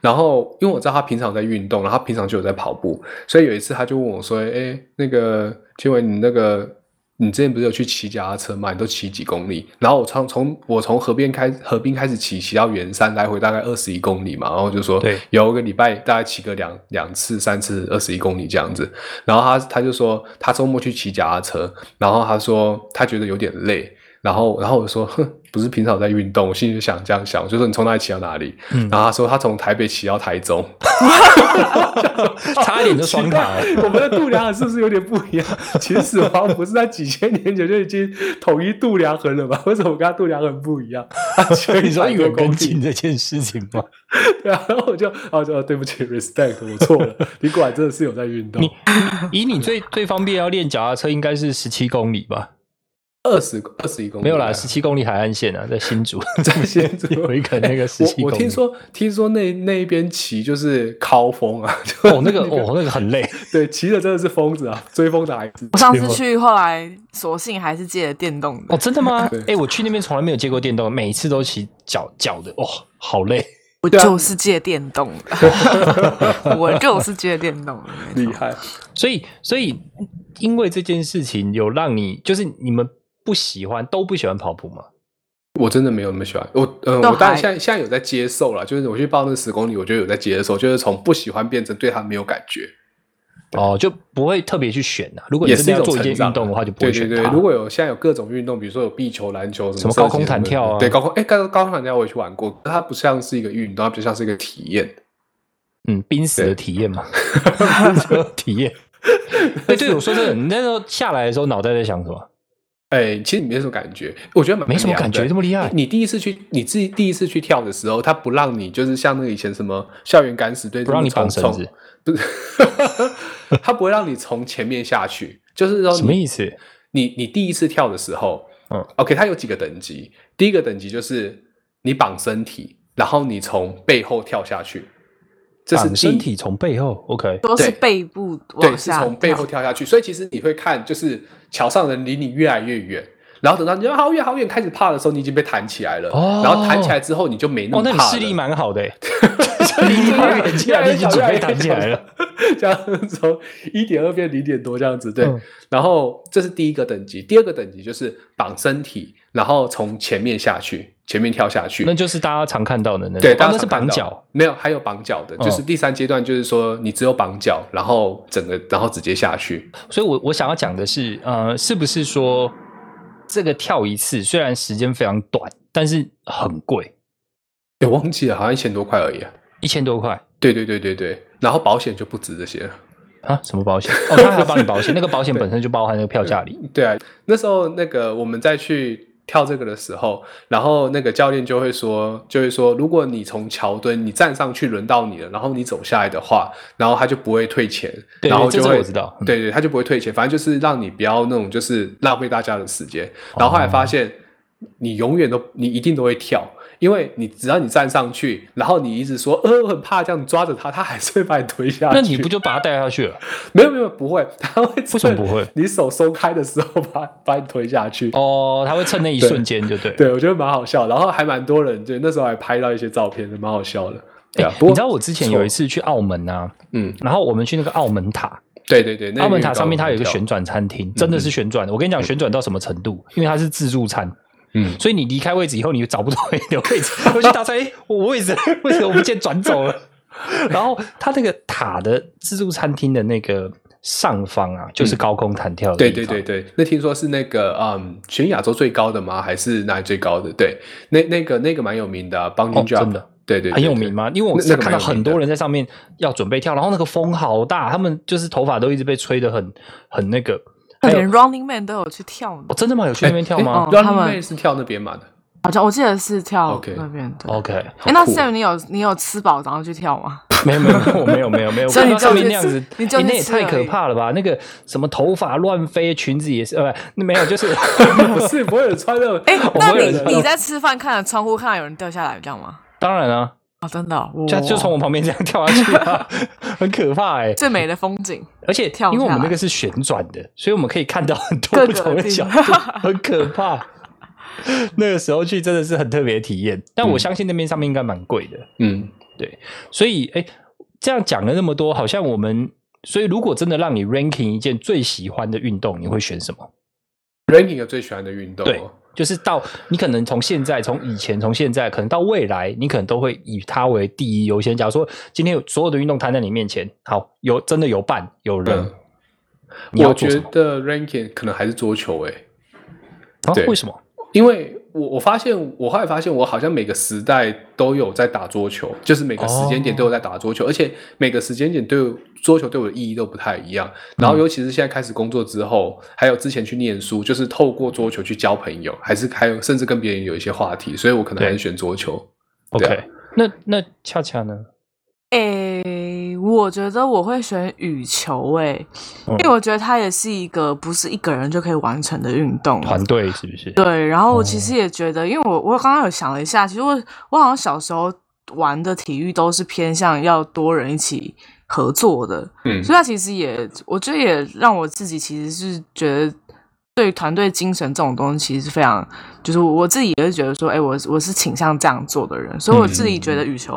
Speaker 2: 然后因为我知道他平常有在运动，然后他平常就有在跑步，所以有一次他就问我说：“哎、那个金伟，你那个你之前不是有去骑脚踏车吗？你都骑几公里？”然后我从从我从河边开河滨开始骑，骑到圆山来回大概二十一公里嘛，然后我就说
Speaker 1: 对
Speaker 2: 有一个礼拜大概骑个两两次三次二十一公里这样子。然后他他就说他周末去骑脚踏车，然后他说他觉得有点累。然后，然后我说，哼，不是平常有在运动，我心里就想这样想，我就说你从哪里骑到哪里？
Speaker 1: 嗯
Speaker 2: 然后他说他从台北骑到台中，
Speaker 1: 差一点就双塔 了。
Speaker 2: 我们的度量衡是不是有点不一样？ 秦始皇不是在几千年前就已经统一度量衡了吗？ 为什么跟他度量衡不一样？他觉得
Speaker 1: 你说远跟
Speaker 2: 公
Speaker 1: 近
Speaker 2: 斤，
Speaker 1: 这件事情吗？
Speaker 2: 对啊，然后我就，然后我就哦对不起，respect，我错了。 你果然真的是有在运动。
Speaker 1: 以你最最方便要练脚踏车，应该是十七公里吧？
Speaker 2: 二十二十一公里
Speaker 1: 没有
Speaker 2: 啊
Speaker 1: 啦，十七公里海岸线啊，在新 竹
Speaker 2: 在先做
Speaker 1: 有一个那个十七
Speaker 2: 我
Speaker 1: 公
Speaker 2: 我
Speaker 1: 里。
Speaker 2: 听说听说那那一边骑就是靠风啊， 就
Speaker 1: 哦，那个哦，那个很 累。
Speaker 2: 对，骑的真的是疯子啊，追风的孩子
Speaker 3: 我。上次去，后来索性还是借了电动的
Speaker 1: 哦，。真的吗？哎
Speaker 2: 对、
Speaker 1: 我去那边从来没有借过电动，每一次都骑脚脚的，哦，好累。
Speaker 3: 我
Speaker 2: 对啊
Speaker 3: 就是借电动 的，我就是借电动的。没
Speaker 2: 厉
Speaker 3: 错
Speaker 2: 害，
Speaker 1: 所以，所以因为这件事情有让你，就是你们不喜欢，都不喜欢跑步吗？
Speaker 2: 我真的没有那么喜欢我，呃，
Speaker 3: 都
Speaker 2: 我当然
Speaker 3: 还
Speaker 2: 现在现在有在接受了，就是我去报那十公里，我觉得有在接受，就是从不喜欢变成对他没有感觉，
Speaker 1: 哦，就不会特别去选啊。如果你
Speaker 2: 也
Speaker 1: 真
Speaker 2: 是
Speaker 1: 的要做
Speaker 2: 种
Speaker 1: 一
Speaker 2: 成
Speaker 1: 件
Speaker 2: 长啊。
Speaker 1: 运动的话，就不会选
Speaker 2: 对
Speaker 1: 它。
Speaker 2: 对对，如果有现在有各种运动，比如说有壁球、篮球
Speaker 1: 什
Speaker 2: 什
Speaker 1: 么
Speaker 2: 么
Speaker 1: 高
Speaker 2: 射
Speaker 1: 空
Speaker 2: 箭
Speaker 1: 弹跳啊
Speaker 2: 对高空哎，高高空弹跳我也去玩过，它不像是一个运动，它比较像是一个体验。
Speaker 1: 嗯，濒死的
Speaker 2: 对
Speaker 1: 体验 嘛，濒死的体验。对对，我说真的，你那时候下来的时候，脑袋在想什么？
Speaker 2: 哎，其实你没什么感觉，我觉得蛮
Speaker 1: 没什么
Speaker 2: 凉
Speaker 1: 感
Speaker 2: 的
Speaker 1: 觉，这么厉害。
Speaker 2: 你第一次去，你自己第一次去跳的时候，他不让你，就是像那个以前什么校园敢死队，
Speaker 1: 不让你绑绳子，
Speaker 2: 不是， 他不会让你从前面下去，就是说你
Speaker 1: 什么意思？
Speaker 2: 你你第一次跳的时候，
Speaker 1: 嗯
Speaker 2: 嗯，OK，它有几个等级，第一个等级就是你绑身体，然后你从背后跳下去，这是
Speaker 1: 绑身
Speaker 2: 第
Speaker 1: 体从背后，OK，
Speaker 3: 都
Speaker 2: 对
Speaker 3: 是背部
Speaker 2: 对，
Speaker 3: 往
Speaker 2: 是
Speaker 3: 下跳，
Speaker 2: 从背后跳下去。所以其实你会看，就是桥上人离你越来越远，然后等到你要好远好远开始怕的时候，你已经被弹起来了。
Speaker 1: 哦
Speaker 2: 然后弹起来之后，你就没那
Speaker 1: 哦，
Speaker 2: 么
Speaker 1: 那你
Speaker 2: 怕了。
Speaker 1: 视力蛮好的欸，离 你越远起来，你已经准备弹起来 了。。
Speaker 2: 这样从一点二变零点多这样子，对。
Speaker 1: 嗯
Speaker 2: 然后这是第一个等级，第二个等级就是绑身体，然后从前面下去，前面跳下去。
Speaker 1: 那就是大家常看到的那种
Speaker 2: 对，
Speaker 1: 哦
Speaker 2: 大
Speaker 1: 那
Speaker 2: 家
Speaker 1: 是
Speaker 2: 常看
Speaker 1: 绑
Speaker 2: 到
Speaker 1: 脚，，
Speaker 2: 没有，还有绑脚的，
Speaker 1: 嗯
Speaker 2: 就是第三阶段，就是说你只有绑脚，然后整个，然后直接下去。
Speaker 1: 所以我我想要讲的是，呃，是不是说这个跳一次虽然时间非常短，但是很贵，
Speaker 2: 哎，忘记了，好像一千多块而已、啊。
Speaker 1: 一千多块
Speaker 2: 对对对对对，然后保险就不止这些了。
Speaker 1: 啊？什么保险？哦，他还要帮你保 险，那个保险本身就包含那个票价里。
Speaker 2: 对啊，那时候那个我们再去跳这个的时候，然后那个教练就会说，就会说，如果你从桥墩你站上去轮到你了，然后你走下来的话，然后他就不会退钱，
Speaker 1: 对
Speaker 2: 然后
Speaker 1: 这
Speaker 2: 就
Speaker 1: 这
Speaker 2: 会
Speaker 1: 我知道嗯
Speaker 2: 对对，他就不会退钱，反正就是让你不要那种就是浪费大家的时间。然后后来
Speaker 1: 哦
Speaker 2: 发现，你永远都你一定都会跳。因为你只要你站上去，然后你一直说呃我很怕这样，你抓着他，他还是会把你推下去。
Speaker 1: 那你不就把它带下去了？
Speaker 2: 没有没有不会， 他会为
Speaker 1: 什么不会？
Speaker 2: 你手松开的时候把 把你推下去。
Speaker 1: 哦，他会趁那一瞬间就对了。
Speaker 2: 对，我觉得蛮好笑，然后还蛮多人，对，那时候还拍到一些照片，蛮好笑的。对啊，不过
Speaker 1: 你知道我之前有一次去澳门啊，
Speaker 2: 嗯，
Speaker 1: 然后我们去那个澳门塔，
Speaker 2: 对对对，那个
Speaker 1: 澳门塔
Speaker 2: 运动
Speaker 1: 上面它有一个
Speaker 2: 很
Speaker 1: 旋转餐
Speaker 2: 嗯
Speaker 1: 厅，真的是旋转的。我跟你讲，旋转到什么程度？因为它是自助餐，
Speaker 2: 嗯
Speaker 1: 所以你离开位置以后，你就找不到你的位 置，回去打算，哎，我位置为什么我们见转走了？ 然后它那个塔的自助餐厅的那个上方啊，就是高空弹跳的
Speaker 2: 对
Speaker 1: 地
Speaker 2: 嗯对
Speaker 1: 方。
Speaker 2: 对对，那听说是那个嗯，全亚洲最高的吗？还是哪里最高的？对，那那个那个蛮有名的、啊，帮
Speaker 1: 哦
Speaker 2: j
Speaker 1: 真的，
Speaker 2: 对对对，
Speaker 1: 很有
Speaker 2: 对
Speaker 1: 名吗？因为我
Speaker 2: 那那个
Speaker 1: 看到
Speaker 2: 蛮有名
Speaker 1: 很多
Speaker 2: 的
Speaker 1: 人在上面要准备跳，然后那个风好大，他们就是头发都一直被吹得很很那个。还有
Speaker 3: 连 Running Man 都有去跳呢
Speaker 1: 哦，，真的吗？有去那边跳吗
Speaker 3: 哦
Speaker 2: 然
Speaker 3: 他
Speaker 2: 后
Speaker 3: 们
Speaker 2: 妹哎是跳那边嘛的，
Speaker 3: 好像我记得是跳
Speaker 2: OK
Speaker 3: 那边的。
Speaker 1: ？OK，
Speaker 3: 哎，那
Speaker 2: 好酷哦
Speaker 3: Sam，你有你有吃饱然后去跳 吗？
Speaker 1: 没有没有没有我没有没有没有，
Speaker 3: 所以
Speaker 1: 我
Speaker 3: 你
Speaker 1: 看到上面
Speaker 3: 就
Speaker 1: 那
Speaker 3: 是
Speaker 1: 样子，
Speaker 3: 你就
Speaker 1: 诶
Speaker 3: 是
Speaker 1: 那也
Speaker 3: 吃
Speaker 1: 太
Speaker 3: 而
Speaker 1: 可
Speaker 3: 已
Speaker 1: 怕了吧？那个什么头发乱飞，裙子也是，呃， 那没有， 就是
Speaker 2: 不是不会有人穿的。
Speaker 3: 哎，
Speaker 1: 我
Speaker 3: 那
Speaker 1: 会有
Speaker 3: 你
Speaker 1: 人
Speaker 3: 你在吃饭看着窗户看到有人掉下来，这样吗？
Speaker 1: 当然啊，
Speaker 3: 啊，真的哦，
Speaker 1: 就就
Speaker 3: 哇
Speaker 1: 从我旁边这样跳下去 啊，很可怕哎、
Speaker 3: 最美的风景，
Speaker 1: 而且
Speaker 3: 跳
Speaker 1: 因为我
Speaker 3: 下
Speaker 1: 们那
Speaker 3: 来
Speaker 1: 个是旋转的，所以我们可以看到很
Speaker 3: 各
Speaker 1: 多不
Speaker 3: 个
Speaker 1: 同的
Speaker 3: 地
Speaker 1: 角度
Speaker 3: 方，
Speaker 1: 很可怕。那个时候去真的是很特别的体验，但我
Speaker 2: 嗯
Speaker 1: 相信那边上面应该蛮贵的。
Speaker 2: 嗯，
Speaker 1: 所以，哎，这样讲了那么多，好像我们，所以如果真的让你 ranking 一件最喜欢的运动，你会选什么？
Speaker 2: ranking 有最喜欢的运动、哦，
Speaker 1: 对就是到你可能从现在、从以前、从现在，可能到未来，你可能都会以它为第一优先。假如说今天有所有的运动摊在你面前，好，有真的有伴有人，
Speaker 2: 嗯
Speaker 1: 你要
Speaker 2: 我
Speaker 1: 做
Speaker 2: 觉
Speaker 1: 什么？
Speaker 2: 得 ranking 可能还是桌球诶、哎
Speaker 1: 啊
Speaker 2: 对
Speaker 1: 为什么？
Speaker 2: 因为我我发现我后来发现我好像每个时代都有在打桌球，就是每个时间点都有在打桌球，而且每个时间点对我桌球对我的意义都不太一样。然
Speaker 1: 嗯
Speaker 2: 后尤其是现在开始工作之后，还有之前去念书，就是透过桌球去交朋友，还是还有甚至跟别人有一些话题，所以我可能还是选桌球。
Speaker 1: OK，、
Speaker 2: 对啊
Speaker 1: 那那恰恰呢？
Speaker 3: 诶，哎我觉得我会选羽球，诶，
Speaker 1: 嗯
Speaker 3: 因为我觉得它也是一个不是一个人就可以完成的运动。
Speaker 1: 团队是不是？
Speaker 3: 对，然后我
Speaker 1: 哦
Speaker 3: 其实也觉得，因为我我刚刚有想了一下，其实我我好像小时候玩的体育都是偏向要多人一起合作的，
Speaker 2: 嗯
Speaker 3: 所以它其实也，我觉得也让我自己其实是觉得。对于团队精神这种东西，其实是非常，就是我自己也是觉得说，哎，我我是倾向这样做的人，所以我自己
Speaker 2: 嗯
Speaker 3: 觉得羽球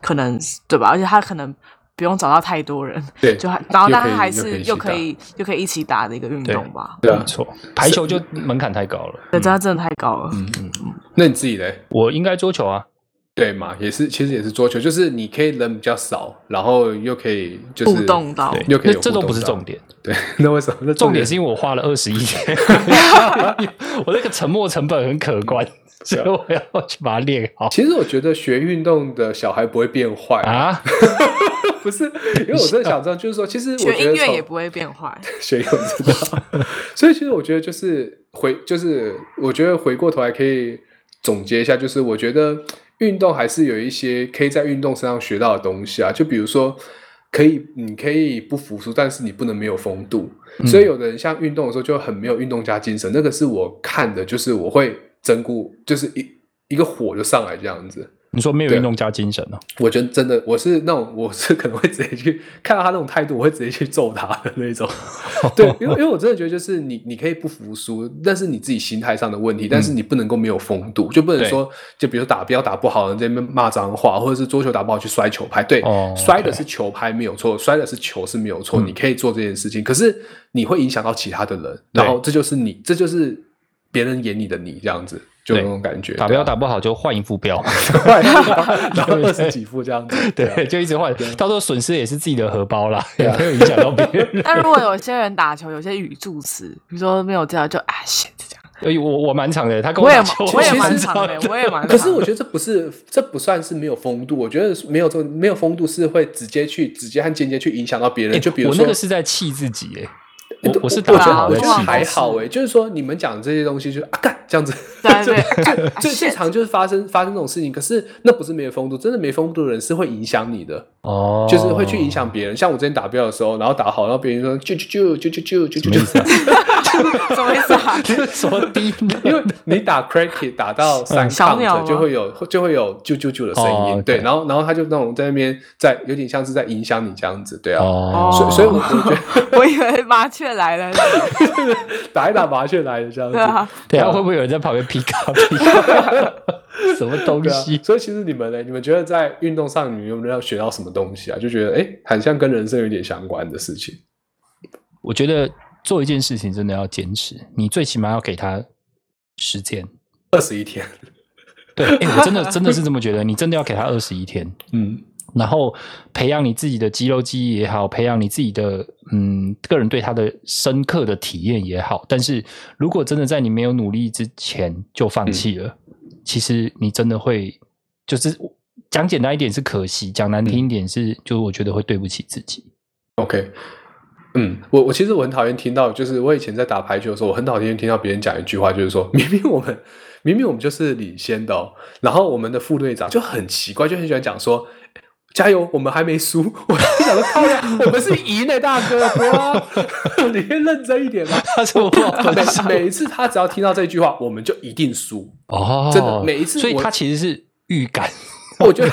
Speaker 3: 可能、对吧？而且他可能不用找到太多人，
Speaker 2: 对，
Speaker 3: 就还然后
Speaker 2: 又
Speaker 3: 但
Speaker 2: 可以
Speaker 3: 他还
Speaker 2: 又可以
Speaker 3: 是
Speaker 2: 一起
Speaker 3: 又可
Speaker 2: 打
Speaker 3: 以又可以一起打的一个运
Speaker 1: 对
Speaker 3: 动吧。
Speaker 2: 对啊
Speaker 1: 没错，排球就门槛太高了。
Speaker 3: 对，
Speaker 2: 嗯
Speaker 3: 这真的太高了。
Speaker 2: 那你自己嘞？
Speaker 1: 我应该桌球啊，
Speaker 2: 对嘛，也是，其实也是桌球，就是你可以人比较少，然后又可以就是
Speaker 3: 互动到对
Speaker 2: 又可以
Speaker 1: 那这都
Speaker 2: 互动
Speaker 1: 不是
Speaker 2: 到
Speaker 1: 重。点，
Speaker 2: 对， 那为什么？那
Speaker 1: 重
Speaker 2: 点
Speaker 1: 点是因为我花了二十一 天，我那个沉没成本很可观， 所
Speaker 2: 啊
Speaker 1: 以我要去把它练好
Speaker 2: 其实我觉得学运动的小孩不会变坏，
Speaker 1: 啊。
Speaker 2: 不是？因为我真的想知道，就是说，其实我觉
Speaker 3: 学
Speaker 2: 得
Speaker 3: 音乐
Speaker 2: 从
Speaker 3: 也不会变坏，
Speaker 2: 学音乐我知道，所以其实我觉得 就是回，就是我觉得回过头来可以总结一下，就是我觉得运动还是有一些可以在运动身上学到的东西啊，就比如说。可以，嗯你可以不服输，但是你不能没有风度。所以有的人像运动的时候就很没有运动家精神，那个是我看的，就是我会整股，就是一一个火就上来这样子。
Speaker 1: 你说没有
Speaker 2: 对啊
Speaker 1: 运动家精神哦？
Speaker 2: 我觉得真的，我是那种，我是可能会直接去看到他那种态度，我会直接去揍他的 那种。
Speaker 1: 哦
Speaker 2: 对，因为因为我真的觉得，就是你你可以不服输，但是你自己心态上的问题，但是你不能够没有风度，就不能
Speaker 1: 嗯对
Speaker 2: 说，就比如说打标打不好，你在那边骂脏话，或者是桌球打不好去摔球拍，对，
Speaker 1: 哦嗯
Speaker 2: 摔的是球拍没有错，摔的是球是没有错，你可以做这件事情，可是你会影响到其他的人，然后这就是你，这就是别人眼里的你这样子，就
Speaker 1: 对
Speaker 2: 那种感觉，
Speaker 1: 打
Speaker 2: 对
Speaker 1: 标
Speaker 2: 啊
Speaker 1: 打不好就换一副 标，
Speaker 2: 坏了，然后二十几副这样子，对啊
Speaker 1: 对，就一直换，到时候损失也是自己的荷包啦，也没有影响到别人。
Speaker 3: 但如果有些人打球，有些语助词，比如说没有这样就啊 shit 这样，
Speaker 1: 哎，我我蛮长的，他跟
Speaker 3: 我也
Speaker 1: 打
Speaker 3: 蛮
Speaker 1: 球，
Speaker 3: 我也
Speaker 1: 其实
Speaker 3: 蛮
Speaker 1: 长
Speaker 3: 长的，我也蛮长的。
Speaker 2: 可是我觉得这不是，这不算是没有风度。我觉得没有这没有风度是会直接去直接和间接去影响到别人。
Speaker 1: 哎
Speaker 2: 就比如
Speaker 1: 我
Speaker 2: 说，
Speaker 1: 那个是在气自己哎，
Speaker 2: 哎
Speaker 1: 我
Speaker 2: 对
Speaker 1: 我是
Speaker 2: 我
Speaker 1: 打
Speaker 2: 觉
Speaker 1: 好
Speaker 2: 得
Speaker 1: 在
Speaker 2: 我觉
Speaker 1: 气
Speaker 2: 得
Speaker 1: 自己，
Speaker 2: 还好哎，就是说你们讲这些东西就是啊干这样子，
Speaker 3: 对
Speaker 2: 就
Speaker 3: 对干
Speaker 2: 就
Speaker 3: 啊
Speaker 2: 最最
Speaker 3: shit
Speaker 2: 常就是发生发生这种事情。可是那不是没有风度，真的没风度的人是会影响你的。
Speaker 1: 哦，
Speaker 2: 就是会去影响别人。像我之前打标的时候，然后打好，然后别人说就就就就就就就就
Speaker 1: 啊
Speaker 2: 就，
Speaker 3: 什么意思啊？
Speaker 1: 什么低 能，
Speaker 2: 因为你打 cracky 打
Speaker 1: 嗯
Speaker 2: 到三
Speaker 3: 小
Speaker 2: 抗
Speaker 3: 鸟
Speaker 2: 的
Speaker 3: 吗
Speaker 2: 就会有就会有啾啾啾的声
Speaker 1: 哦
Speaker 2: 音，
Speaker 1: ，OK
Speaker 2: 对，然后然后他就那种在那边在有点像是在影响你这样子，对啊。
Speaker 1: 哦，
Speaker 2: 所以，所以我我觉得
Speaker 3: 我以为麻雀来 了，
Speaker 2: 打一打麻雀来的这样子，
Speaker 3: 对啊
Speaker 1: 等一下会不会有人在旁边 pick up pick up？什么东
Speaker 2: 对啊
Speaker 1: 西？
Speaker 2: 所以其实你们呢，你们觉得在运动上你们有没有学到什么东西啊？就觉得哎，很像跟人生有点相关的事情。
Speaker 1: 我觉得做一件事情真的要坚持，你最起码要给他时间。
Speaker 2: 二十一天，
Speaker 1: 对，诶我真的真的是这么觉得，你真的要给他二十一天，
Speaker 2: 嗯，
Speaker 1: 然后培养你自己的肌肉记忆也好，培养你自己的嗯个人对他的深刻的体验也好。但是如果真的在你没有努力之前就
Speaker 2: 嗯
Speaker 1: 放弃了，其实你真的会就是讲简单一点是可惜，讲难
Speaker 2: 嗯
Speaker 1: 听一点是、就是我觉得会对不起自 己。
Speaker 2: OK，嗯，我我其实我很讨厌听到，就是我以前在打排球的时候，我很讨厌听到别人讲一句话，就是说 明明我们明明我们就是领先的、哦，然后我们的副队长就很奇怪，就很喜欢讲说。哎加油！我们还没输。 我就想说，靠呀，我们是赢的，大哥，哥， 你先认真一点吧。
Speaker 1: 他说
Speaker 2: 每每一次他只要听到这句话，我们就一定输。
Speaker 1: 哦，
Speaker 2: 真的每一次
Speaker 1: 所以
Speaker 2: 我
Speaker 1: 他其实是预感。
Speaker 2: 我觉得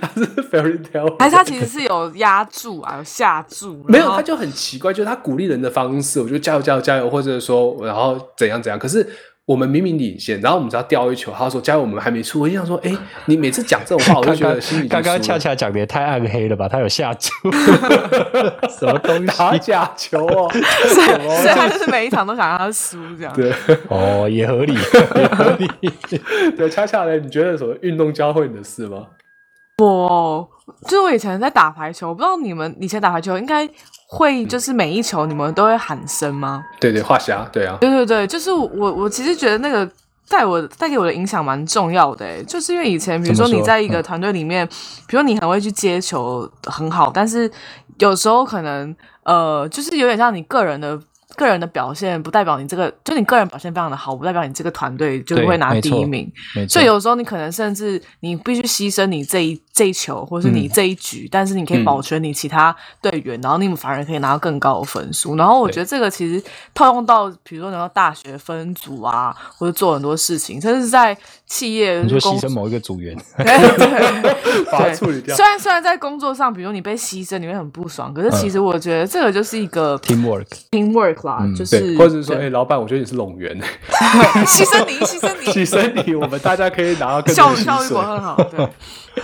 Speaker 2: 他是 fairy tale，
Speaker 3: 还是他其实是有压住啊，有下 注，
Speaker 2: 没
Speaker 3: 然
Speaker 2: 有，
Speaker 3: 后
Speaker 2: 他就很奇怪，就是他鼓励人的方式，我就加油加油加油，或者说然后怎样怎样。可是我们明明领先，然后我们只要掉一球，他说加油，我们还没出。我就想说，哎，你每次讲这种话，我就
Speaker 1: 刚
Speaker 2: 觉
Speaker 1: 刚
Speaker 2: 得心里已经
Speaker 1: 刚
Speaker 2: 输
Speaker 1: 刚
Speaker 2: 了
Speaker 1: 恰恰讲的也太暗黑了吧？他有下注，什 么 东
Speaker 2: 打
Speaker 1: 西？
Speaker 2: 假球哦，
Speaker 3: 所以所以他就是每一场都想让他输这样。
Speaker 2: 对
Speaker 1: 哦，也合 理，也合理。
Speaker 2: 对，恰恰嘞，你觉得有什么运动教会你的事吗？
Speaker 3: 我就是我以前在打排球，我不知道你们以前打排球应该会就是每一球你们都会喊声吗？
Speaker 2: 对对，画虾，对啊，
Speaker 3: 对对对，就是我我其实觉得那个带我带给我的影响蛮重要的欸，就是因为以前比如
Speaker 1: 怎
Speaker 3: 说
Speaker 1: 么
Speaker 3: 你
Speaker 1: 说嗯
Speaker 3: 在一个团队里面，比如你很会去接球很好，但是有时候可能呃，就是有点像你个人的。个人的表现不代表你这个，就你个人表现非常的好，不代表你这个团队就
Speaker 1: 对
Speaker 3: 会拿
Speaker 1: 没
Speaker 3: 第
Speaker 1: 错
Speaker 3: 一名。
Speaker 1: 没错
Speaker 2: 嗯
Speaker 3: 所以，有时候你可能甚至你必须牺牲你这一这一球，或是你
Speaker 2: 嗯
Speaker 3: 这一局，但是你可以保全你其他队员，然后你们反而可以拿到更高的分数。然后我觉得这个其实套用到，比如说你到大学分组啊，或者做很多事情，甚至是在企业
Speaker 1: 你说
Speaker 3: 公
Speaker 1: 牺牲某一个组员，
Speaker 3: 对对
Speaker 2: 把它处理
Speaker 3: 对，
Speaker 2: 掉。
Speaker 3: 虽然虽然在工作上，比如你被牺牲，你会很不爽，可是其实
Speaker 2: 嗯
Speaker 3: 我觉得这个就是一个
Speaker 1: teamwork
Speaker 3: teamwork 啦，
Speaker 1: 嗯
Speaker 3: 就是
Speaker 2: 对，或者是说，哎、
Speaker 3: 对
Speaker 2: 老板，我觉得你是拢源，
Speaker 3: 牺牲你，牺牲你，
Speaker 2: 牺牲你，我们大家可以拿到更多
Speaker 3: 效
Speaker 2: 的薪
Speaker 3: 效率
Speaker 2: 水
Speaker 3: 不会。很好， 对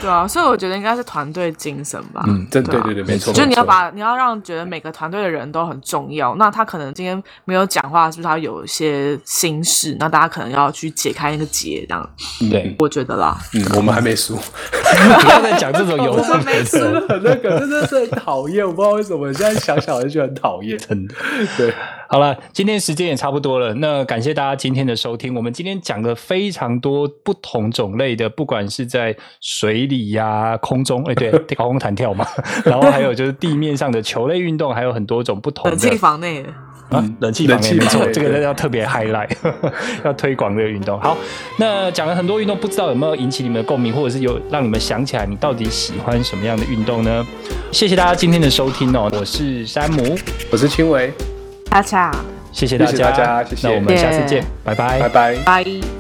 Speaker 3: 对啊，所以我觉得应该是团队精神吧。
Speaker 2: 嗯，真对
Speaker 3: 啊
Speaker 2: 对对，没错，
Speaker 3: 就是你要
Speaker 2: 没错
Speaker 3: 把你要让觉得每个团队的人都很重要，那他可能今天没有讲话，是不是他有一些心事？那大家可能要去解开那个结，这样
Speaker 1: 对，
Speaker 3: 我觉得啦。
Speaker 2: 嗯，我们还没 输。
Speaker 1: 不要再讲这 种有
Speaker 3: 我们
Speaker 1: 的
Speaker 3: 没输，
Speaker 1: 的。
Speaker 2: 很那个，真的是很讨厌，我不知道为什么现在想想就觉得很讨厌。
Speaker 1: 真的
Speaker 2: 对，
Speaker 1: 好了，今天时间也差不多了。那感谢大家今天的收听。我们今天讲了非常多不同种类的，不管是在水里呀、空中，哎、对， 高空弹跳嘛，然后还有就是地面上的球类运动，还有很多种不同
Speaker 3: 冷
Speaker 1: 的
Speaker 3: 气房内的，
Speaker 1: 啊
Speaker 2: 嗯，
Speaker 1: 冷气
Speaker 2: 冷
Speaker 1: 房也
Speaker 2: 气
Speaker 1: 没
Speaker 2: 房
Speaker 1: 错，
Speaker 2: 也
Speaker 1: 这个
Speaker 2: 对
Speaker 1: 要特别 highlight，要 推广这个运动。好，那讲了很多运动，不知道有没有引起你们的共鸣，或者是有让你们想起来你到底喜欢什么样的运动呢？谢谢大家今天的收听哦，我是山姆，
Speaker 2: 我是青维，
Speaker 3: 恰恰，
Speaker 1: 谢谢大家，
Speaker 2: 谢谢大家谢谢
Speaker 1: 那我们下次
Speaker 3: 谢谢
Speaker 1: 见，拜拜，
Speaker 2: 拜拜。
Speaker 3: 拜。